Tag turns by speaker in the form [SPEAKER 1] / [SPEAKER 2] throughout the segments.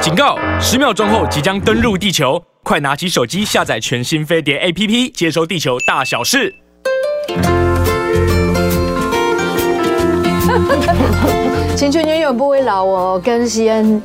[SPEAKER 1] 警告！十秒钟后即将登陆地球，快拿起手机下载全新飞碟 APP，接收地球大小事。
[SPEAKER 2] 青春永远不会老。我跟西恩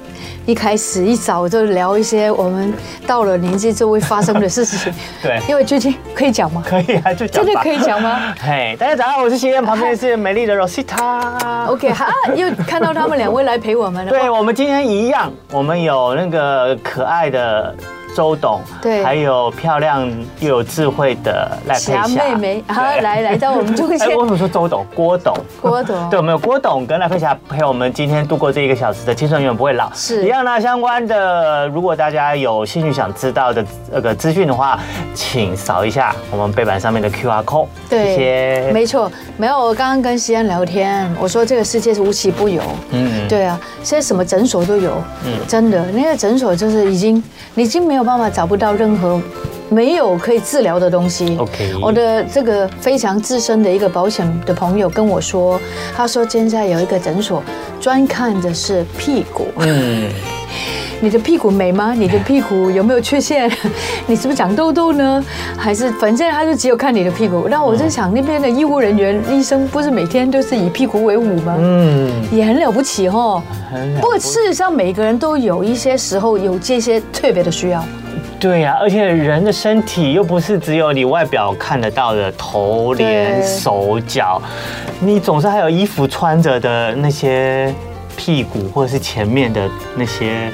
[SPEAKER 2] 一开始一早就聊一些我们到了年纪就会发生的事情。
[SPEAKER 3] 对
[SPEAKER 2] 因为最近可以讲吗？
[SPEAKER 3] 可以啊，就
[SPEAKER 2] 真
[SPEAKER 3] 讲
[SPEAKER 2] 的
[SPEAKER 3] 吧
[SPEAKER 2] 可以讲 吗？
[SPEAKER 3] 嘿，大家早上，我是西恩，旁边是美丽的 Rosita。
[SPEAKER 2] OK，哈，又看到他们两位来陪我们了。
[SPEAKER 3] 对，我们今天一样，我们有那个可爱的周董，
[SPEAKER 2] 对
[SPEAKER 3] 还有漂亮又有智慧的赖佩
[SPEAKER 2] 霞
[SPEAKER 3] 霞
[SPEAKER 2] 妹妹，
[SPEAKER 3] 对
[SPEAKER 2] 啊，来来到我们中
[SPEAKER 3] 哎，
[SPEAKER 2] 间
[SPEAKER 3] 我，怎么说周董？郭董。
[SPEAKER 2] 郭董
[SPEAKER 3] 对，我们有郭董跟赖佩霞陪我们今天度过这一个小时的《青春永远不会老》。
[SPEAKER 2] 是
[SPEAKER 3] 一样呢。相关的，如果大家有兴趣想知道的那个资讯的话，请扫一下我们背板上面的 QR code。
[SPEAKER 2] 对，
[SPEAKER 3] 谢谢。
[SPEAKER 2] 没错，没有。我刚刚跟西安聊天，我说这个世界是无奇不有，
[SPEAKER 3] 嗯
[SPEAKER 2] 嗯，对啊，现在什么诊所都有，嗯，真的，那个诊所就是已经，你已经没有办法找不到任何。没有可以治疗的东西。
[SPEAKER 3] OK
[SPEAKER 2] 我的这个非常资深的一个保险的朋友跟我说，他说现在有一个诊所专看的是屁股。
[SPEAKER 3] 嗯，
[SPEAKER 2] 你的屁股美吗？你的屁股有没有缺陷？ 你是不是长痘痘呢？还是反正他就只有看你的屁股。那我在想，那边的医务人员、医生不是每天都是以屁股为伍吗？
[SPEAKER 3] 嗯，
[SPEAKER 2] 也很了不起哦。
[SPEAKER 3] 很了
[SPEAKER 2] 不过事实上，每个人都有一些时候有这些特别的需要。
[SPEAKER 3] 对呀、而且人的身体又不是只有你外表看得到的头、脸、
[SPEAKER 2] 对
[SPEAKER 3] 手脚，你总是还有衣服穿着的那些屁股或者是前面的那些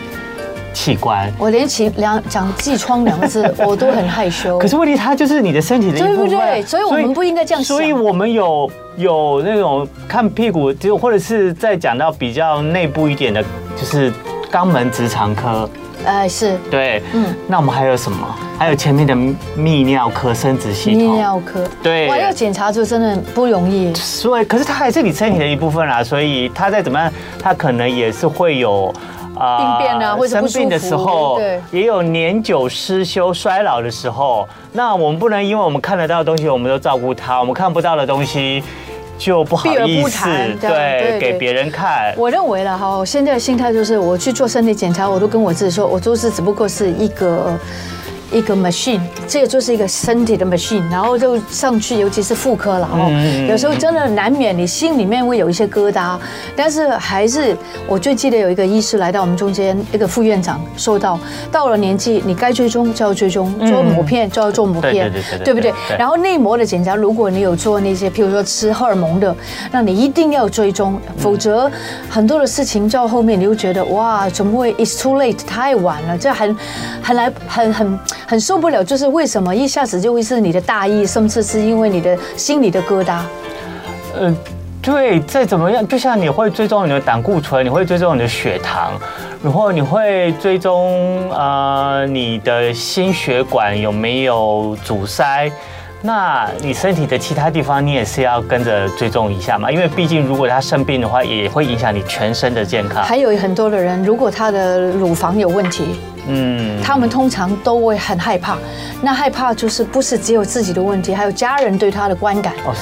[SPEAKER 3] 器官。
[SPEAKER 2] 我连起两讲痔疮两个 字，我都很害羞。
[SPEAKER 3] 可是问题，它就是你的身体的一部分，
[SPEAKER 2] 对不对所以我们不应该这样想
[SPEAKER 3] 啊所以我们有有那种看屁股，就或者是再讲到比较内部一点的，就是肛门直肠科。
[SPEAKER 2] 哎，是
[SPEAKER 3] 对，
[SPEAKER 2] 嗯
[SPEAKER 3] 嗯，那我们还有什么？还有前面的泌尿科、生殖系
[SPEAKER 2] 泌
[SPEAKER 3] 统。
[SPEAKER 2] 尿科。
[SPEAKER 3] 对
[SPEAKER 2] 哇，要检查就真的不容易。
[SPEAKER 3] 所以，可是它还是你身体的一部分啦，所以它再怎么样，它可能也是会有。啊
[SPEAKER 2] 病变啊或者
[SPEAKER 3] 生
[SPEAKER 2] 不舒服
[SPEAKER 3] 病的时候
[SPEAKER 2] 对，
[SPEAKER 3] 也有年久失修、衰老的时候。那我们不能因为我们看得到的东西，我们都照顾它；我们看不到的东西，就不好
[SPEAKER 2] 避而
[SPEAKER 3] 意
[SPEAKER 2] 不
[SPEAKER 3] 思
[SPEAKER 2] 谈这样对对
[SPEAKER 3] 对给别人看。
[SPEAKER 2] 我认为了哈，我现在的心态就是，我去做身体检查，我都跟我自己说，我就是只不过是一个一个 machine，这个就是一个身体的 machine，然后就上去，尤其是妇科了哈，有时候真的难免你心里面会有一些疙瘩，但是还是我最记得有一个医师来到我们中间，一个副院长说到，到了年纪你该追踪就要追踪，做抹片就要做抹片，
[SPEAKER 3] 对对对对对
[SPEAKER 2] 对不对
[SPEAKER 3] 对？
[SPEAKER 2] 然后内膜的检查，如果你有做那些，譬如说吃荷尔蒙的，那你一定要追踪，否则很多的事情到后面你就觉得哇，怎么会 it's too late 太晚了，这很很来很很很受不了，就是为什么一下子就会是你的大意，甚至是因为你的心里的疙瘩。
[SPEAKER 3] 呃，对，再怎么样，就像你会追踪你的胆固醇，你会追踪你的血糖，然后你会追踪呃你的心血管有没有阻塞。那你身体的其他地方，你也是要跟着追踪一下嘛，因为毕竟如果他生病的话，也会影响你全身的健康。
[SPEAKER 2] 还有很多的人，如果他的乳房有问题，
[SPEAKER 3] 嗯，
[SPEAKER 2] 他们通常都会很害怕。那害怕就是不是只有自己的问题，还有家人对他的观感。
[SPEAKER 3] 哦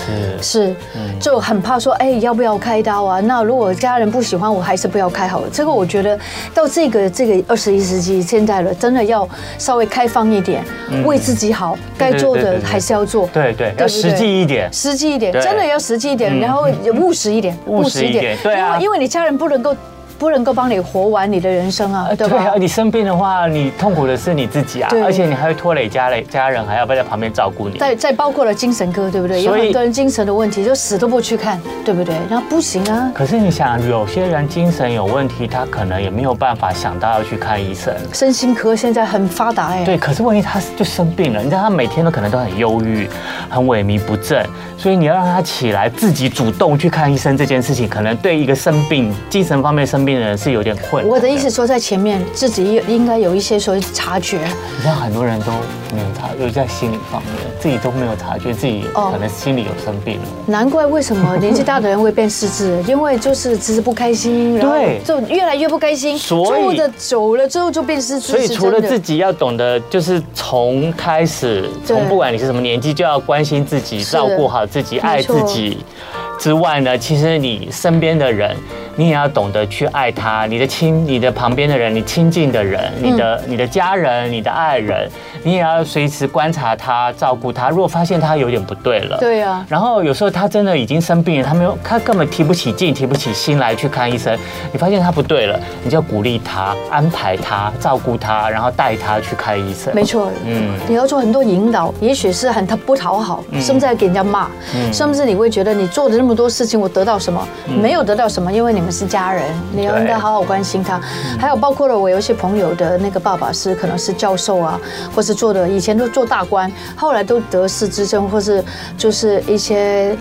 [SPEAKER 3] 是，
[SPEAKER 2] 是，
[SPEAKER 3] 嗯
[SPEAKER 2] 就很怕说，哎，要不要开刀啊？那如果家人不喜欢，我还是不要开好了。这个我觉得到这个这个二十一世纪现在了，真的要稍微开放一点，为自己好，该做
[SPEAKER 3] 嗯对对
[SPEAKER 2] 的
[SPEAKER 3] 对对
[SPEAKER 2] 还是要做。
[SPEAKER 3] 对对，要
[SPEAKER 2] 不
[SPEAKER 3] 实际一点。
[SPEAKER 2] 实际一点，
[SPEAKER 3] 对嗯
[SPEAKER 2] 真的要实际一点，然后也务实一点，
[SPEAKER 3] 务实一点对
[SPEAKER 2] 因
[SPEAKER 3] 啊
[SPEAKER 2] 为因为你家人不能够不能够帮你活完你的人生啊，对吧
[SPEAKER 3] 啊，？你生病的话，你痛苦的是你自己啊
[SPEAKER 2] 对，
[SPEAKER 3] 而且你还会拖累家人，家人还要不要在旁边照顾你？
[SPEAKER 2] 再再包括了精神科，对不对？有
[SPEAKER 3] 所以
[SPEAKER 2] 很多人精神的问题就死都不去看，对不对？那不行啊，
[SPEAKER 3] 可是你想，有些人精神有问题，他可能也没有办法想到要去看医生。
[SPEAKER 2] 身心科现在很发达哎。
[SPEAKER 3] 对，可是问题他就生病了，你知道他每天都可能都很忧郁、很萎靡不振，所以你要让他起来自己主动去看医生这件事情，可能对一个生病、精神方面生病的人是有点困难。
[SPEAKER 2] 我的意思，说，在前面自己应该有一些所谓察觉，
[SPEAKER 3] 你知道很多人都没有察，尤其在心理方面，自己都没有察觉自己
[SPEAKER 2] 哦
[SPEAKER 3] 可能心里有生病了。
[SPEAKER 2] 难怪为什么年纪大的人会变失智，因为就是只是不开心，然后
[SPEAKER 3] 对
[SPEAKER 2] 就越来越不开心，
[SPEAKER 3] 所以
[SPEAKER 2] 住的久了之后就变失智，
[SPEAKER 3] 所以
[SPEAKER 2] 是
[SPEAKER 3] 除了
[SPEAKER 2] 真的
[SPEAKER 3] 自己要懂得，就是从开始，
[SPEAKER 2] 对
[SPEAKER 3] 从不管你是什么年纪，就要关心自己，
[SPEAKER 2] 是
[SPEAKER 3] 照顾好自己，爱自己之外呢，其实你身边的人，你也要懂得去爱他，你的亲、你的旁边的人、你亲近的人、
[SPEAKER 2] 嗯
[SPEAKER 3] 你的、你的家人、你的爱人，你也要随时观察他、照顾他。如果发现他有点不对了，
[SPEAKER 2] 对啊
[SPEAKER 3] 然后有时候他真的已经生病了，他没有，他根本提不起劲、提不起心来去看医生。你发现他不对了，你就要鼓励他、安排他、照顾他，然后带他去看医生。
[SPEAKER 2] 没错，
[SPEAKER 3] 嗯
[SPEAKER 2] 你要做很多引导，也许是很他不讨好，甚至还给人家骂，
[SPEAKER 3] 嗯
[SPEAKER 2] 甚至你会觉得你做了那么多事情，我得到什么？没有得到什么，因为你们是家人，你要应该好好关心他。还有包括了我有一些朋友的那个爸爸是可能是教授啊，或是做的以前都做大官，后来都得失智症，或是就是一些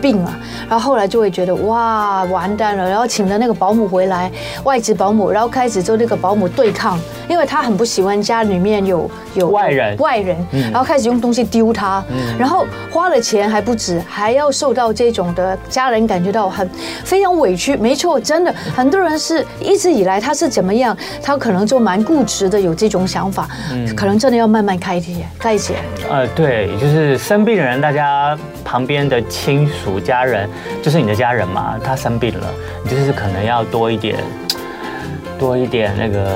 [SPEAKER 2] 病啊，然后后来就会觉得哇完蛋了，然后请了那个保姆回来，外籍保姆，然后开始就那个保姆对抗，因为他很不喜欢家里面有有
[SPEAKER 3] 外人嗯
[SPEAKER 2] 外人，然后开始用东西丢他，然后花了钱还不止，还要受到这种的家人感觉到很非常委屈。没错，真的
[SPEAKER 3] 嗯
[SPEAKER 2] 很多人是一直以来他是怎么样，他可能就蛮固执的，有这种想法，
[SPEAKER 3] 嗯
[SPEAKER 2] 可能真的要慢慢开解开解。
[SPEAKER 3] 呃，对，就是生病的人，大家旁边的亲属、家人，就是你的家人嘛，他生病了，你就是可能要多一点，多一点那个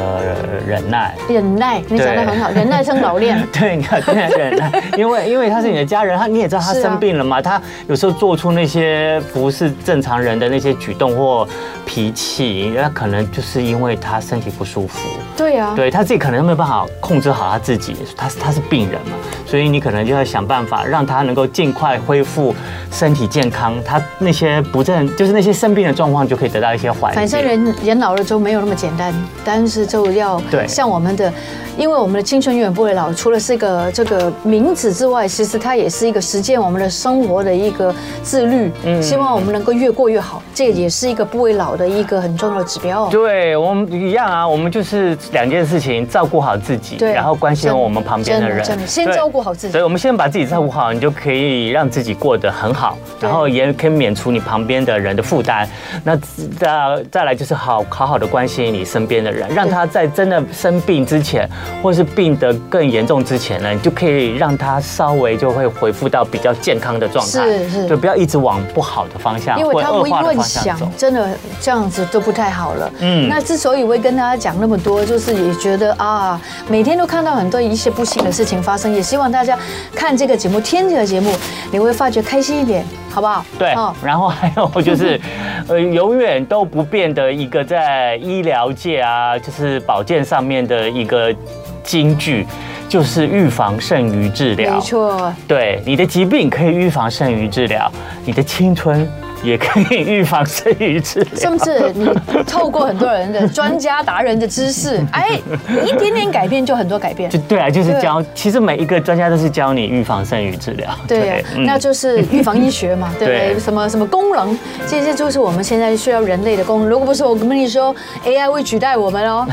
[SPEAKER 3] 忍耐。
[SPEAKER 2] 忍耐，你讲的很好，忍耐生老 练。
[SPEAKER 3] 对，你要多点忍耐，因为因为他是你的家人，他你也知道他
[SPEAKER 2] 是啊
[SPEAKER 3] 生病了嘛，他有时候做出那些不是正常人的那些举动或脾气，那可能就是因为他身体不舒服。
[SPEAKER 2] 对啊，
[SPEAKER 3] 对他自己可能没有办法控制好他自己，他是他是病人嘛，所以你可能就要想办法让他能够尽快恢复身体健康，他那些不正就是那些生病的状况就可以得到一些缓解。
[SPEAKER 2] 反正人人老了之后没有那么简单，但是就要
[SPEAKER 3] 对
[SPEAKER 2] 像我们的，因为我们的青春永远不会老，除了是一个这个名字之外，其实它也是一个实践我们的生活的一个自律。
[SPEAKER 3] 嗯
[SPEAKER 2] 希望我们能够越过越好，这也是一个不会老的一个很重要的指标。
[SPEAKER 3] 对我们一样啊，我们就是两件事情，照顾好自己，
[SPEAKER 2] 对
[SPEAKER 3] 然后关心我们旁边的人。
[SPEAKER 2] 真的真的先
[SPEAKER 3] 对
[SPEAKER 2] 照顾好自己
[SPEAKER 3] 所以我们先把自己照顾好，你就可以让自己过得很好，
[SPEAKER 2] 对
[SPEAKER 3] 然后也可以免除你旁边的人的负担。那再再来就是好好好的关心你身边的人，让他在真的生病之前，或是病得更严重之前呢，你就可以让他稍微就会恢复到比较健康的状态，
[SPEAKER 2] 是是
[SPEAKER 3] 就不要一直往不好的方向，
[SPEAKER 2] 因
[SPEAKER 3] 或
[SPEAKER 2] 为他
[SPEAKER 3] 恶
[SPEAKER 2] 无一
[SPEAKER 3] 化的
[SPEAKER 2] 乱
[SPEAKER 3] 方向
[SPEAKER 2] 想
[SPEAKER 3] 走。，
[SPEAKER 2] 真的这样子都不太好了。
[SPEAKER 3] 嗯
[SPEAKER 2] 嗯，那之所以会跟大家讲那么多，就是也觉得啊，每天都看到很多一些不幸的事情发生，也希望大家看这个节目，听这个节目，你会发觉开心一点，好不好？
[SPEAKER 3] 对
[SPEAKER 2] 哦，
[SPEAKER 3] 然后还有 就是，呃，永远都不变的一个在医疗界啊，就是保健上面的一个金句，就是预防胜于治疗。
[SPEAKER 2] 没错，
[SPEAKER 3] 对，你的疾病可以预防胜于治疗，你的青春也可以预防胜于治 疗。
[SPEAKER 2] 甚至你透过很多人的专家达人的知 识，哎，一点点改变就很多改变
[SPEAKER 3] 就。对啊，就是
[SPEAKER 2] 对
[SPEAKER 3] 教，其实每一个专家都是教你预防胜于治疗。
[SPEAKER 2] 对呀、
[SPEAKER 3] 嗯
[SPEAKER 2] 那就是预防医学 嘛，对不对？
[SPEAKER 3] 对
[SPEAKER 2] 什么什么功能，这些就是我们现在需要人类的功能。如果不是我跟你说，AI 会取代我们 哦。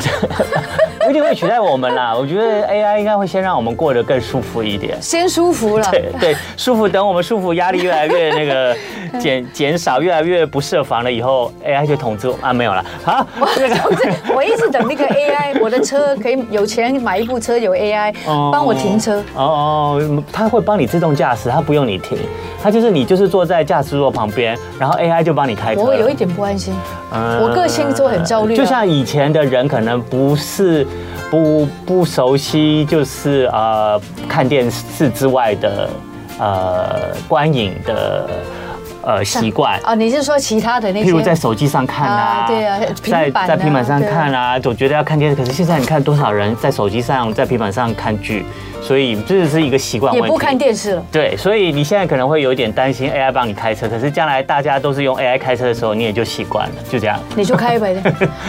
[SPEAKER 3] 不一定会取代我们啦。我觉得 AI 应该会先让我们过得更舒服一点。
[SPEAKER 2] 先舒服了。
[SPEAKER 3] 对对，舒服。等我们舒服，压力越来越 那个减减少，越来越不设防了以后，AI 就统治我啊，没有了。好，那
[SPEAKER 2] 总
[SPEAKER 3] 个
[SPEAKER 2] 之， 我一直等那个 AI，我的车可以有钱买一部车，有 AI
[SPEAKER 3] 哦
[SPEAKER 2] 帮我停车。
[SPEAKER 3] 哦哦，它会帮你自动驾驶，它不用你停，它就是你就是坐在驾驶座旁边，然后 AI 就帮你开车了。
[SPEAKER 2] 我会有一点不安心，
[SPEAKER 3] 嗯
[SPEAKER 2] 我个性就很焦虑啊
[SPEAKER 3] 就像以前的人可能不是不不熟悉，就是呃看电视之外的呃观影的呃习惯。
[SPEAKER 2] 啊，你是说其他的那
[SPEAKER 3] 譬如在
[SPEAKER 2] 些？
[SPEAKER 3] 手机上看啊，
[SPEAKER 2] 啊对啊平
[SPEAKER 3] 在
[SPEAKER 2] 板啊
[SPEAKER 3] 在平板上看啊，总觉得要看电视。可是现在你看多少人在手机上、在平板上看剧，所以这是一个习惯
[SPEAKER 2] 也
[SPEAKER 3] 问题。
[SPEAKER 2] 不看电视了。
[SPEAKER 3] 对，所以你现在可能会有一点担心 AI 帮你开车，可是将来大家都是用 AI 开车的时候，你也就习惯了，就这样。
[SPEAKER 2] 你就开 呗。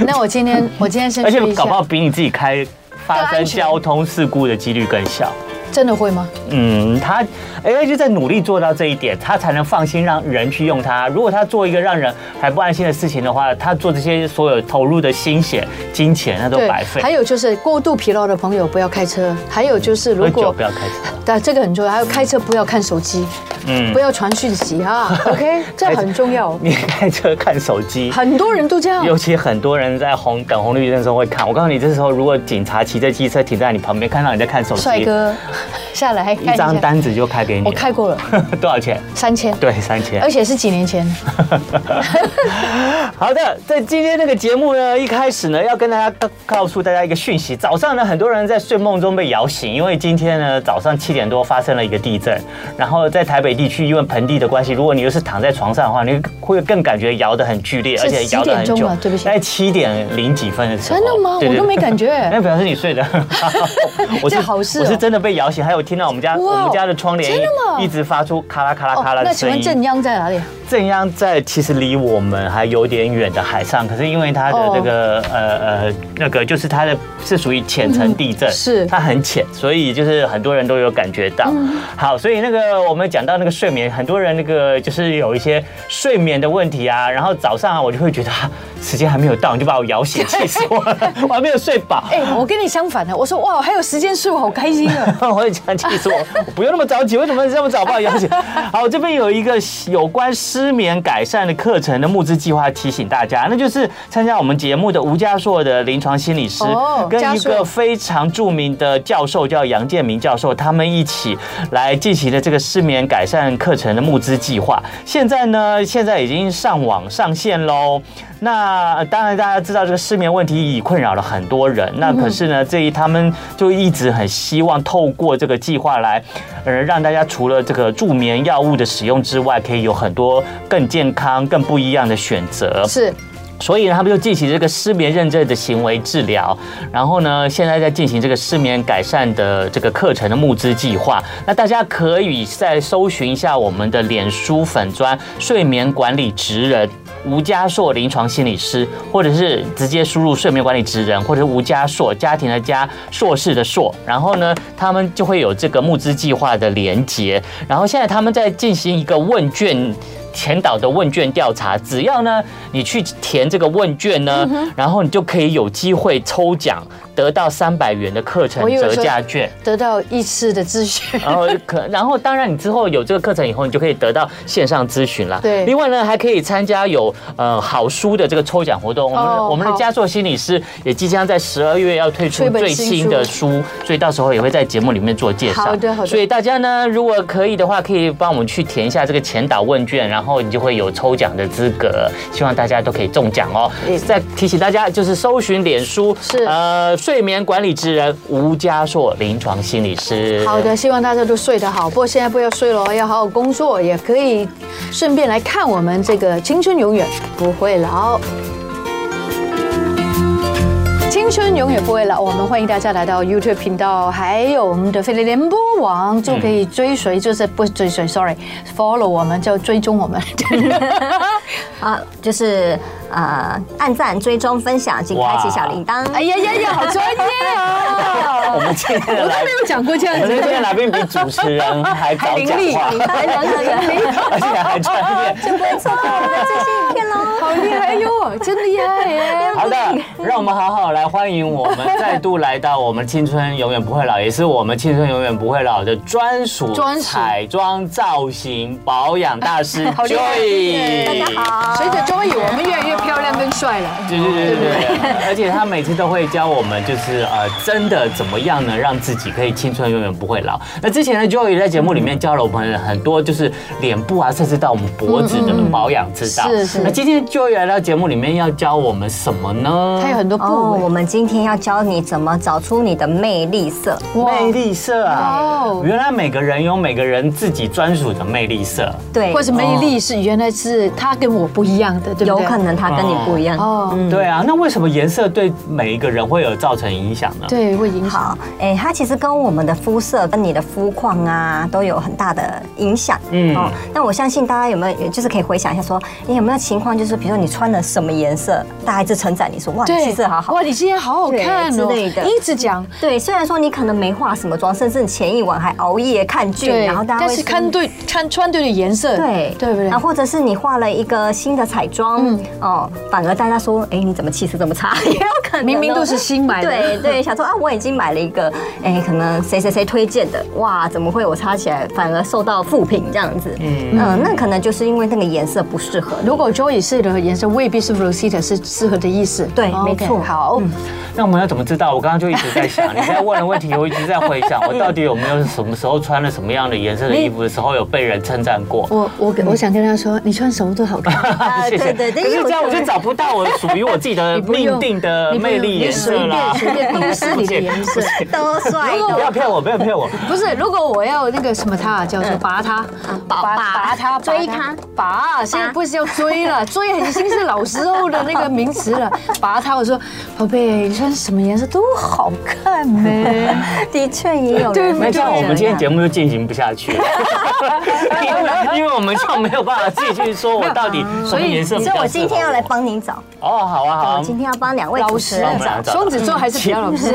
[SPEAKER 2] 那我今天，我今天先
[SPEAKER 3] 而
[SPEAKER 2] 去
[SPEAKER 3] 且
[SPEAKER 2] 一下
[SPEAKER 3] 搞不，好比你自己开发
[SPEAKER 2] 更
[SPEAKER 3] 生
[SPEAKER 2] 安全
[SPEAKER 3] 交通事故的几率更小。
[SPEAKER 2] 真的会吗？
[SPEAKER 3] 嗯，他 AI 就在努力做到这一点，他才能放心让人去用它。如果他做一个让人还不安心的事情的话，他做这些所有投入的心血、金钱，那都白费。
[SPEAKER 2] 还有就是过度疲劳的朋友不要开车，还有就是如
[SPEAKER 3] 喝酒
[SPEAKER 2] 果
[SPEAKER 3] 不要开 车，
[SPEAKER 2] 但这个很重要，还有开车不要看手机，
[SPEAKER 3] 嗯
[SPEAKER 2] 不，要传讯息 哈。OK，这很重要。
[SPEAKER 3] 你开车看 手机。
[SPEAKER 2] 很多人都这样，
[SPEAKER 3] 尤其很多人在红等红绿灯的时候会看，我告诉你，这时候如果警察骑着机车停在你旁边，看到你在看手机，
[SPEAKER 2] 帅哥下来看
[SPEAKER 3] 一张
[SPEAKER 2] 下。
[SPEAKER 3] 单子就开给你
[SPEAKER 2] 我
[SPEAKER 3] 了，
[SPEAKER 2] 开过了
[SPEAKER 3] 多少钱？
[SPEAKER 2] 三千，
[SPEAKER 3] 对，三千
[SPEAKER 2] 而。且是几年前。
[SPEAKER 3] 好的，在今天这个节目呢，一开始呢，要跟大家告告诉大家一个讯息。早上呢，很多人在睡梦中被摇醒，因为今天呢早上七点多发生了一个地震，然后在台北地区，因为盆地的关系，如果你又是躺在床上的话，你会更感觉摇得很剧烈，
[SPEAKER 2] 是
[SPEAKER 3] 而且摇得很
[SPEAKER 2] 几点
[SPEAKER 3] 久
[SPEAKER 2] 钟啊。对不起
[SPEAKER 3] 大概七点零几分的时候。
[SPEAKER 2] 真的吗？
[SPEAKER 3] 对
[SPEAKER 2] 我都没。感
[SPEAKER 3] 对对那
[SPEAKER 2] 觉。
[SPEAKER 3] 表示你睡得很好，我
[SPEAKER 2] 这好事哦
[SPEAKER 3] 我是真的被摇醒，还有听到我们家
[SPEAKER 2] 哇
[SPEAKER 3] 我们家的窗帘
[SPEAKER 2] 真的吗
[SPEAKER 3] 一直发出咔啦咔啦咔啦
[SPEAKER 2] 哦那
[SPEAKER 3] 的
[SPEAKER 2] 请
[SPEAKER 3] 声音。嗯
[SPEAKER 2] 问正央在哪里？
[SPEAKER 3] 正央在其实离我们还有点远的海上，可是因为它的这
[SPEAKER 2] 哦
[SPEAKER 3] 个、呃呃那个就是它的是属于浅层地震，
[SPEAKER 2] 嗯是嗯
[SPEAKER 3] 它很浅，所以就是很多人都有感觉到。好，所以那个我们讲到那个睡眠，很多人那个就是有一些睡眠的问题啊，然后早上啊我就会觉得、啊、时间还没有到，你就把我摇醒，气死我 了，我还没有睡饱。
[SPEAKER 2] 哎、我跟你相反的，我说哇，还有时间睡，我好开心 啊！
[SPEAKER 3] 我会讲气死我！我不用那么着急，为什么这么早把我摇 醒？好，这边有一个有关失眠改善的课程的募资计划，提醒大家，那就是参加我们节目的吴家硕的临床心理师，
[SPEAKER 2] 哦
[SPEAKER 3] 跟
[SPEAKER 2] 家
[SPEAKER 3] 一
[SPEAKER 2] 硕
[SPEAKER 3] 个非常著名的教授叫杨建明教授，他们一起来进行的这个失眠改善课程的募资计划。现在呢，现在已经上网上线喽。那呃当然，大家知道这个失眠问题已困扰了很多人。那可是呢，这一他们就一直很希望透过这个计划来，呃，让大家除了这个助眠药物的使用之外，可以有很多更健康、更不一样的选择。
[SPEAKER 2] 是
[SPEAKER 3] 所以呢，他们就进行这个失眠认证的行为治疗，然后呢，现在在进行这个失眠改善的这个课程的募资计划。那大家可以再搜寻一下我们的脸书粉砖“睡眠管理职人”。吴家硕临床心理师，或者是直接输入睡眠管理职人，或者是吴家硕家庭的家硕士的硕，然后呢，他们就会有这个募资计划的连结。然后现在他们在进行一个问卷前导的问卷调查，只要呢你去填这个问卷呢，
[SPEAKER 2] 嗯
[SPEAKER 3] 然后你就可以有机会抽奖，得到三百元的课程
[SPEAKER 2] 我以为
[SPEAKER 3] 折
[SPEAKER 2] 说
[SPEAKER 3] 价券。
[SPEAKER 2] 得到一次的资讯。
[SPEAKER 3] 然后可，然后当然你之后有这个课程以后，你就可以得到线上咨询啦。
[SPEAKER 2] 对
[SPEAKER 3] 另外呢，还可以参加有呃好书的这个抽奖活动。我们的、
[SPEAKER 2] 哦
[SPEAKER 3] 我们的
[SPEAKER 2] 好
[SPEAKER 3] 佳作心理师也即将在十二月要推
[SPEAKER 2] 出
[SPEAKER 3] 出
[SPEAKER 2] 一本
[SPEAKER 3] 最
[SPEAKER 2] 新
[SPEAKER 3] 新的书，所以到时候也会在节目里面做介绍。
[SPEAKER 2] 好的好的
[SPEAKER 3] 所以大家呢，如果可以的话，可以帮我们去填一下这个前导问卷，然后你就会有抽奖的资格。希望大家都可以中奖哦
[SPEAKER 2] 嗯。
[SPEAKER 3] 再提醒大家，就是搜寻脸书
[SPEAKER 2] 是
[SPEAKER 3] 呃睡眠管理之人吴佳硕临床心理师。
[SPEAKER 2] 好的，希望大家都睡得好。不过现在不要睡了，要好好工作，也可以顺便来看我们这个《青春永远不会老》。青春永远不会老，我们欢迎大家来到 YouTube 频道，还有我们的飞利联播网，就可以追随，就是不是追随，sorry，follow 我们就追踪我们。
[SPEAKER 4] 啊，就是呃，按赞、追踪、分享及开启小铃铛。
[SPEAKER 2] 哎呀呀呀，好专业哦！
[SPEAKER 3] 我们今天的
[SPEAKER 2] 我都
[SPEAKER 3] 来
[SPEAKER 2] 没有讲过这样
[SPEAKER 3] 我
[SPEAKER 2] 子
[SPEAKER 3] 们今天来宾比主持人
[SPEAKER 2] 还
[SPEAKER 3] 还早
[SPEAKER 2] 伶
[SPEAKER 3] 讲
[SPEAKER 2] 俐，
[SPEAKER 3] 话，
[SPEAKER 2] 还伶俐。
[SPEAKER 3] 而且还专业。
[SPEAKER 4] 就不会 错过我们的最新影片喽。
[SPEAKER 2] 好厉害哟，真厉害耶！
[SPEAKER 3] 好的，让我们好好来欢迎我们再度来到我们青春永远不会老，也是我们青春永远不会老的专属
[SPEAKER 2] 专属
[SPEAKER 3] 彩妆造型保养大师
[SPEAKER 2] 好厉害
[SPEAKER 3] Joy。
[SPEAKER 4] 大家。好，
[SPEAKER 2] 随着 Joy，我们越来越漂亮跟帅了。
[SPEAKER 3] 对对对对对，而且他每次都会教我们，就是呃，真的怎么样呢，让自己可以青春永远不会老。那之前呢，Joey 在节目里面教了我们很多，就是脸部啊，甚至到我们脖子的保养之道。
[SPEAKER 2] 是是
[SPEAKER 3] 那今天 Joey 来到节目里面要教我们什么呢？
[SPEAKER 2] 它有很多
[SPEAKER 4] 哦，
[SPEAKER 2] 部
[SPEAKER 4] 我们今天要教你怎么找出你的魅力色。
[SPEAKER 2] 位，哇
[SPEAKER 3] 魅力色啊
[SPEAKER 2] 哇哦！
[SPEAKER 3] 原来每个人有每个人自己专属的魅力色。
[SPEAKER 4] 对，
[SPEAKER 2] 或是魅力是原来是他跟我不一样的，对不对？
[SPEAKER 4] 有可能嗯他跟你不一样。
[SPEAKER 2] 哦，
[SPEAKER 3] 对啊，那为什么颜色对每一个人会有造成影响呢？
[SPEAKER 2] 对，会影响。
[SPEAKER 4] 好，哎、它其实跟我们的肤色、跟你的肤况啊，都有很大的影响。
[SPEAKER 3] 嗯
[SPEAKER 4] 嗯，哦，那我相信大家有没有，也就是可以回想一下说，你有没有情况，就是比如说你穿了什么颜色，大家一直称赞你说，哇，你气色好好
[SPEAKER 2] 哇，。你今天好好看哦，
[SPEAKER 4] 对之类的
[SPEAKER 2] 一直讲，
[SPEAKER 4] 对，虽然说你可能没化什么妆，甚至你前一晚还熬夜看剧，
[SPEAKER 2] 对
[SPEAKER 4] 然后，大家
[SPEAKER 2] 但
[SPEAKER 4] 会
[SPEAKER 2] 是
[SPEAKER 4] 说
[SPEAKER 2] 看对看穿对的颜色，
[SPEAKER 4] 对
[SPEAKER 2] 对不对
[SPEAKER 4] 然？后或者是你化了一个新的彩妆，
[SPEAKER 2] 嗯
[SPEAKER 4] 哦，反而大家说，哎，你怎么气色这么差？ 也有可能哦，
[SPEAKER 2] 明明都是新买的
[SPEAKER 4] 对对，想说啊，我已经买了一个，哎，可能谁谁谁推荐的，哇，怎么会我擦嗯起来反而受到负评这样子？嗯那可能就是因为那个颜色不适合你。
[SPEAKER 2] 如果 Joy 己适合的颜色未必是 Rosita 是适合的意思。哦
[SPEAKER 4] 对
[SPEAKER 2] OK，
[SPEAKER 4] 没错嗯
[SPEAKER 2] 好，
[SPEAKER 3] 那我们要怎么知道？我刚刚就一直在 想，你在问的问题，我一直在回想，我到底有没有什么时候穿了什么样的颜色的衣服的时候有被人称赞过？
[SPEAKER 2] 我我
[SPEAKER 4] 嗯
[SPEAKER 2] 我想跟他说，你穿什么都好看。
[SPEAKER 4] 啊
[SPEAKER 3] 谢谢。
[SPEAKER 4] 对对对
[SPEAKER 3] 可是这样
[SPEAKER 4] 因为我
[SPEAKER 3] 我就找不到我属于我自己的
[SPEAKER 2] 你不
[SPEAKER 3] 呃命
[SPEAKER 2] 用
[SPEAKER 3] 定的
[SPEAKER 2] 你不
[SPEAKER 3] 魅
[SPEAKER 2] 用
[SPEAKER 3] 力颜
[SPEAKER 2] 你随
[SPEAKER 3] 色啦
[SPEAKER 2] 便。随 便都是你的颜色。
[SPEAKER 4] 都帅
[SPEAKER 3] 不
[SPEAKER 4] 的，
[SPEAKER 3] 要骗我，不要骗我。
[SPEAKER 2] 不是，如果我要那个什么他啊叫做拔他，
[SPEAKER 4] 嗯拔
[SPEAKER 2] 拔
[SPEAKER 4] 拔
[SPEAKER 2] 拔他，
[SPEAKER 4] 追
[SPEAKER 2] 拔
[SPEAKER 4] 他，
[SPEAKER 2] 拔，现在不是要追 了，追已经是老时候的那个名词了。拔他，我说宝贝，你穿什么颜色都好看呗。
[SPEAKER 4] 的确也有
[SPEAKER 2] 对
[SPEAKER 4] 人
[SPEAKER 3] 那这样我们今天
[SPEAKER 4] 这
[SPEAKER 3] 节目就进行不下 去了，因为因为我们就没有办法自己去说我到底什么颜色比
[SPEAKER 4] 样所以
[SPEAKER 3] 较
[SPEAKER 4] 我
[SPEAKER 3] 适
[SPEAKER 4] 今
[SPEAKER 3] 合
[SPEAKER 4] 天要
[SPEAKER 3] 我。
[SPEAKER 4] 来帮您找，
[SPEAKER 3] 哦，好啊，好
[SPEAKER 4] 我
[SPEAKER 3] 啊。
[SPEAKER 4] 今天要帮两位
[SPEAKER 2] 老啊
[SPEAKER 4] 主
[SPEAKER 2] 实
[SPEAKER 4] 持人
[SPEAKER 3] 我们来找
[SPEAKER 4] 找。
[SPEAKER 2] 双子座还是比较老实。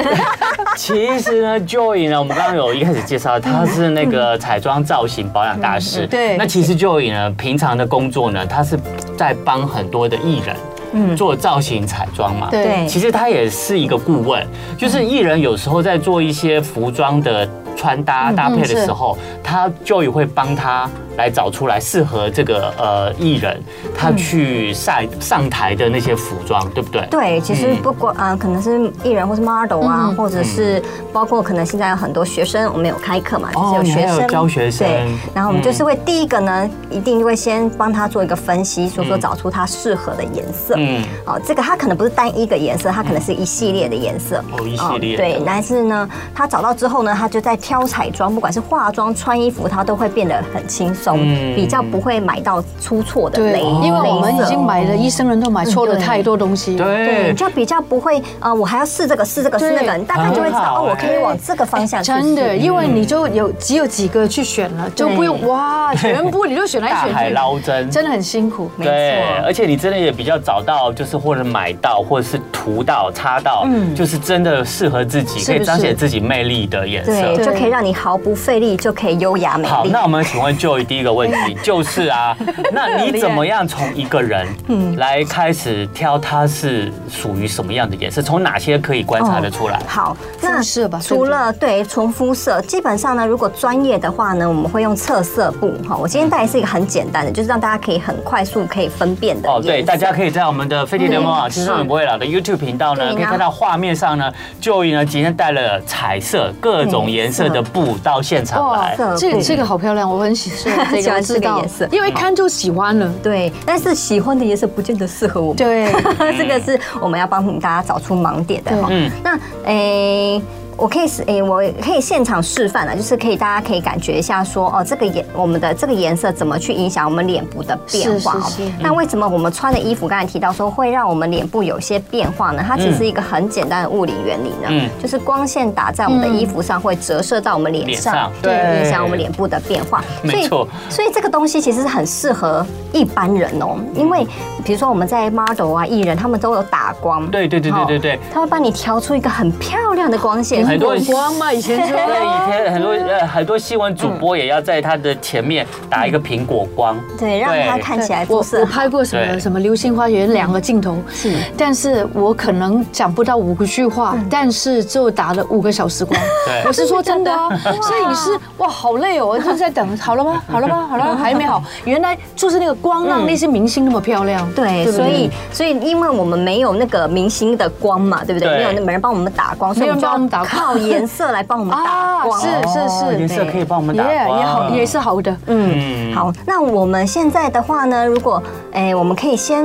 [SPEAKER 3] 其实呢，Joy 呢，我们刚刚有一开始介绍，她是那个彩妆造型保养大师。
[SPEAKER 2] 对
[SPEAKER 3] 那其实 Joy 呢，平常的工作呢，她是在帮很多的艺人，嗯，做造型彩妆嘛。。
[SPEAKER 4] 对
[SPEAKER 3] 其实他也是一个顾问，就是艺人有时候在做一些服装的穿搭搭配的时候，他就也会帮他来找出来适合这个呃艺人他去上上台的那些服装，对不对？
[SPEAKER 4] 对，其实
[SPEAKER 3] 嗯
[SPEAKER 4] 不管啊、呃可能是艺人或是 model 啊，或者是包括可能现在有很多学生，我们有开课嘛，就
[SPEAKER 3] 哦
[SPEAKER 4] 是有学
[SPEAKER 3] 你还有
[SPEAKER 4] 生
[SPEAKER 3] 教学生
[SPEAKER 4] 对，然后我们就
[SPEAKER 3] 嗯
[SPEAKER 4] 是会第一个呢，一定会先帮他做一个分析，说说
[SPEAKER 3] 嗯
[SPEAKER 4] 找出他适合的颜色。
[SPEAKER 3] 嗯，
[SPEAKER 4] 哦，这个它可能不是单一个颜色，它可能是一系列的颜色。
[SPEAKER 3] 哦一系列的
[SPEAKER 4] 对，但是呢，他找到之后呢，他就在挑彩妆，不管是化妆、穿衣服，他都会变得很轻松，
[SPEAKER 3] 嗯
[SPEAKER 4] 比较不会买到出错的
[SPEAKER 2] 对
[SPEAKER 4] 雷。，
[SPEAKER 2] 因为我们
[SPEAKER 4] 雷
[SPEAKER 2] 已
[SPEAKER 4] 色
[SPEAKER 2] 经买了，一生人都买错了
[SPEAKER 4] 嗯对
[SPEAKER 2] 太多东西。
[SPEAKER 4] 对，
[SPEAKER 3] 对
[SPEAKER 4] 你。就比较不会啊、呃我还要试这个试这个试
[SPEAKER 2] 对
[SPEAKER 4] 那个，你大概就会
[SPEAKER 3] 很
[SPEAKER 4] 知
[SPEAKER 3] 好
[SPEAKER 4] 道哦，我可以
[SPEAKER 3] 哎
[SPEAKER 4] 往这个方向去试。
[SPEAKER 2] 真的，因为你就有只有几个去选了，就不用
[SPEAKER 4] 对
[SPEAKER 2] 哇，全部你就选来
[SPEAKER 3] 大
[SPEAKER 2] 选
[SPEAKER 3] 海
[SPEAKER 2] 去，
[SPEAKER 3] 捞针，
[SPEAKER 2] 真的很辛苦。
[SPEAKER 4] 没
[SPEAKER 3] 对，
[SPEAKER 4] 错，
[SPEAKER 3] 而且你真的也比较找到，就是或者买到，或者是涂到、擦到，就是真的适合自
[SPEAKER 2] 嗯
[SPEAKER 3] 己，
[SPEAKER 2] 是不
[SPEAKER 3] 可
[SPEAKER 2] 是
[SPEAKER 3] 以彰显自己魅力的颜色
[SPEAKER 4] 对，。
[SPEAKER 2] 对
[SPEAKER 4] 就可以让你毫不费力就可以优雅美
[SPEAKER 3] 好，
[SPEAKER 4] 丽
[SPEAKER 3] 那。我们请问 Joy 第一个 问题就是啊，那你怎么样从一个人
[SPEAKER 2] 嗯
[SPEAKER 3] 来开始挑他是属于什么样的颜色？从哪些可以观察得出来？
[SPEAKER 4] 好，
[SPEAKER 2] 肤色吧
[SPEAKER 4] 除了对纯肤色，基本上呢，如果专业的话呢，我们会用测色布哈。我今天带的是一个很简单的，就是让大家可以很快速可以分辨的
[SPEAKER 3] 哦，对，
[SPEAKER 4] 颜色
[SPEAKER 3] 大家可以在我们的飞碟联盟啊，青少年不会老的 YouTube 频道
[SPEAKER 4] 对
[SPEAKER 3] 呢，
[SPEAKER 4] 然
[SPEAKER 3] 可以看到画面上呢，Joy 呢今天带了彩色各种颜色的布到现场来。
[SPEAKER 4] 色
[SPEAKER 2] 这
[SPEAKER 4] 布
[SPEAKER 2] 这个好漂亮，我很 喜欢这
[SPEAKER 4] 喜
[SPEAKER 2] 个，
[SPEAKER 4] 欢
[SPEAKER 2] 我知
[SPEAKER 4] 这个
[SPEAKER 2] 道
[SPEAKER 4] 颜色，
[SPEAKER 2] 因为看就喜欢了。
[SPEAKER 4] 对，但是喜欢的颜色不见得适合我们。
[SPEAKER 2] 对，
[SPEAKER 4] 这个是我们要帮大家找出盲点的哈。
[SPEAKER 3] 嗯
[SPEAKER 4] 那诶。我可以是诶，我可以现场示范啊，就是可以大家可以感觉一下说，哦，这个颜我们的这个颜色怎么去影响我们脸部的变化哦
[SPEAKER 2] 是是是
[SPEAKER 4] 那为什么我们穿的衣服刚才提到说会让我们脸部有些变化呢？
[SPEAKER 2] 嗯
[SPEAKER 4] 它其实是一个很简单的物理原理呢，
[SPEAKER 3] 嗯
[SPEAKER 4] 就是光线打在我们的衣服
[SPEAKER 2] 嗯
[SPEAKER 4] 上会折射到我们脸上，
[SPEAKER 3] 脸上
[SPEAKER 4] 对，
[SPEAKER 3] 对
[SPEAKER 4] 影响我们脸部的变化。
[SPEAKER 3] 没
[SPEAKER 4] 所以
[SPEAKER 3] 错
[SPEAKER 4] 所以这个东西其实是很适合一般人哦，因为比如说我们在 model 啊、艺人，他们都有打光，
[SPEAKER 3] 对对对对对对
[SPEAKER 4] 哦，他会帮你调出一个很漂亮的光线，
[SPEAKER 3] 很多
[SPEAKER 2] 有光嘛，以前说
[SPEAKER 3] 对，以前很多呃很多新闻主播也要在他的前面打一个苹果光，
[SPEAKER 4] 对，让它 看起来
[SPEAKER 2] 我
[SPEAKER 4] 肤色
[SPEAKER 2] 我拍过什么
[SPEAKER 3] 对
[SPEAKER 2] 什么《流星花园》两个镜头，
[SPEAKER 4] 是嗯
[SPEAKER 2] 但是我可能讲不到五句话，但是就打了五个小时 光。
[SPEAKER 3] 对
[SPEAKER 2] 我是说真的啊， 摄影师哇，好累 哦，我就在等，好了吗？好了吗？好了吗，还没好。原来就是那个光让那些明星那么漂亮。
[SPEAKER 4] 嗯对，
[SPEAKER 2] 不
[SPEAKER 4] 所以所以因为我们没有那个明星的光嘛，对不对？
[SPEAKER 3] 对
[SPEAKER 4] 没有那没人帮我们打光，所以我们就
[SPEAKER 2] 没人帮我们打
[SPEAKER 4] 要
[SPEAKER 2] 光
[SPEAKER 4] 靠颜色来帮我们打
[SPEAKER 2] 啊，
[SPEAKER 4] 光。
[SPEAKER 2] 是是
[SPEAKER 3] 哦颜
[SPEAKER 2] 是，
[SPEAKER 3] 色可以帮我们打光，
[SPEAKER 2] 也好也是好的。
[SPEAKER 4] 嗯，好，那我们现在的话呢，如果哎、我们可以先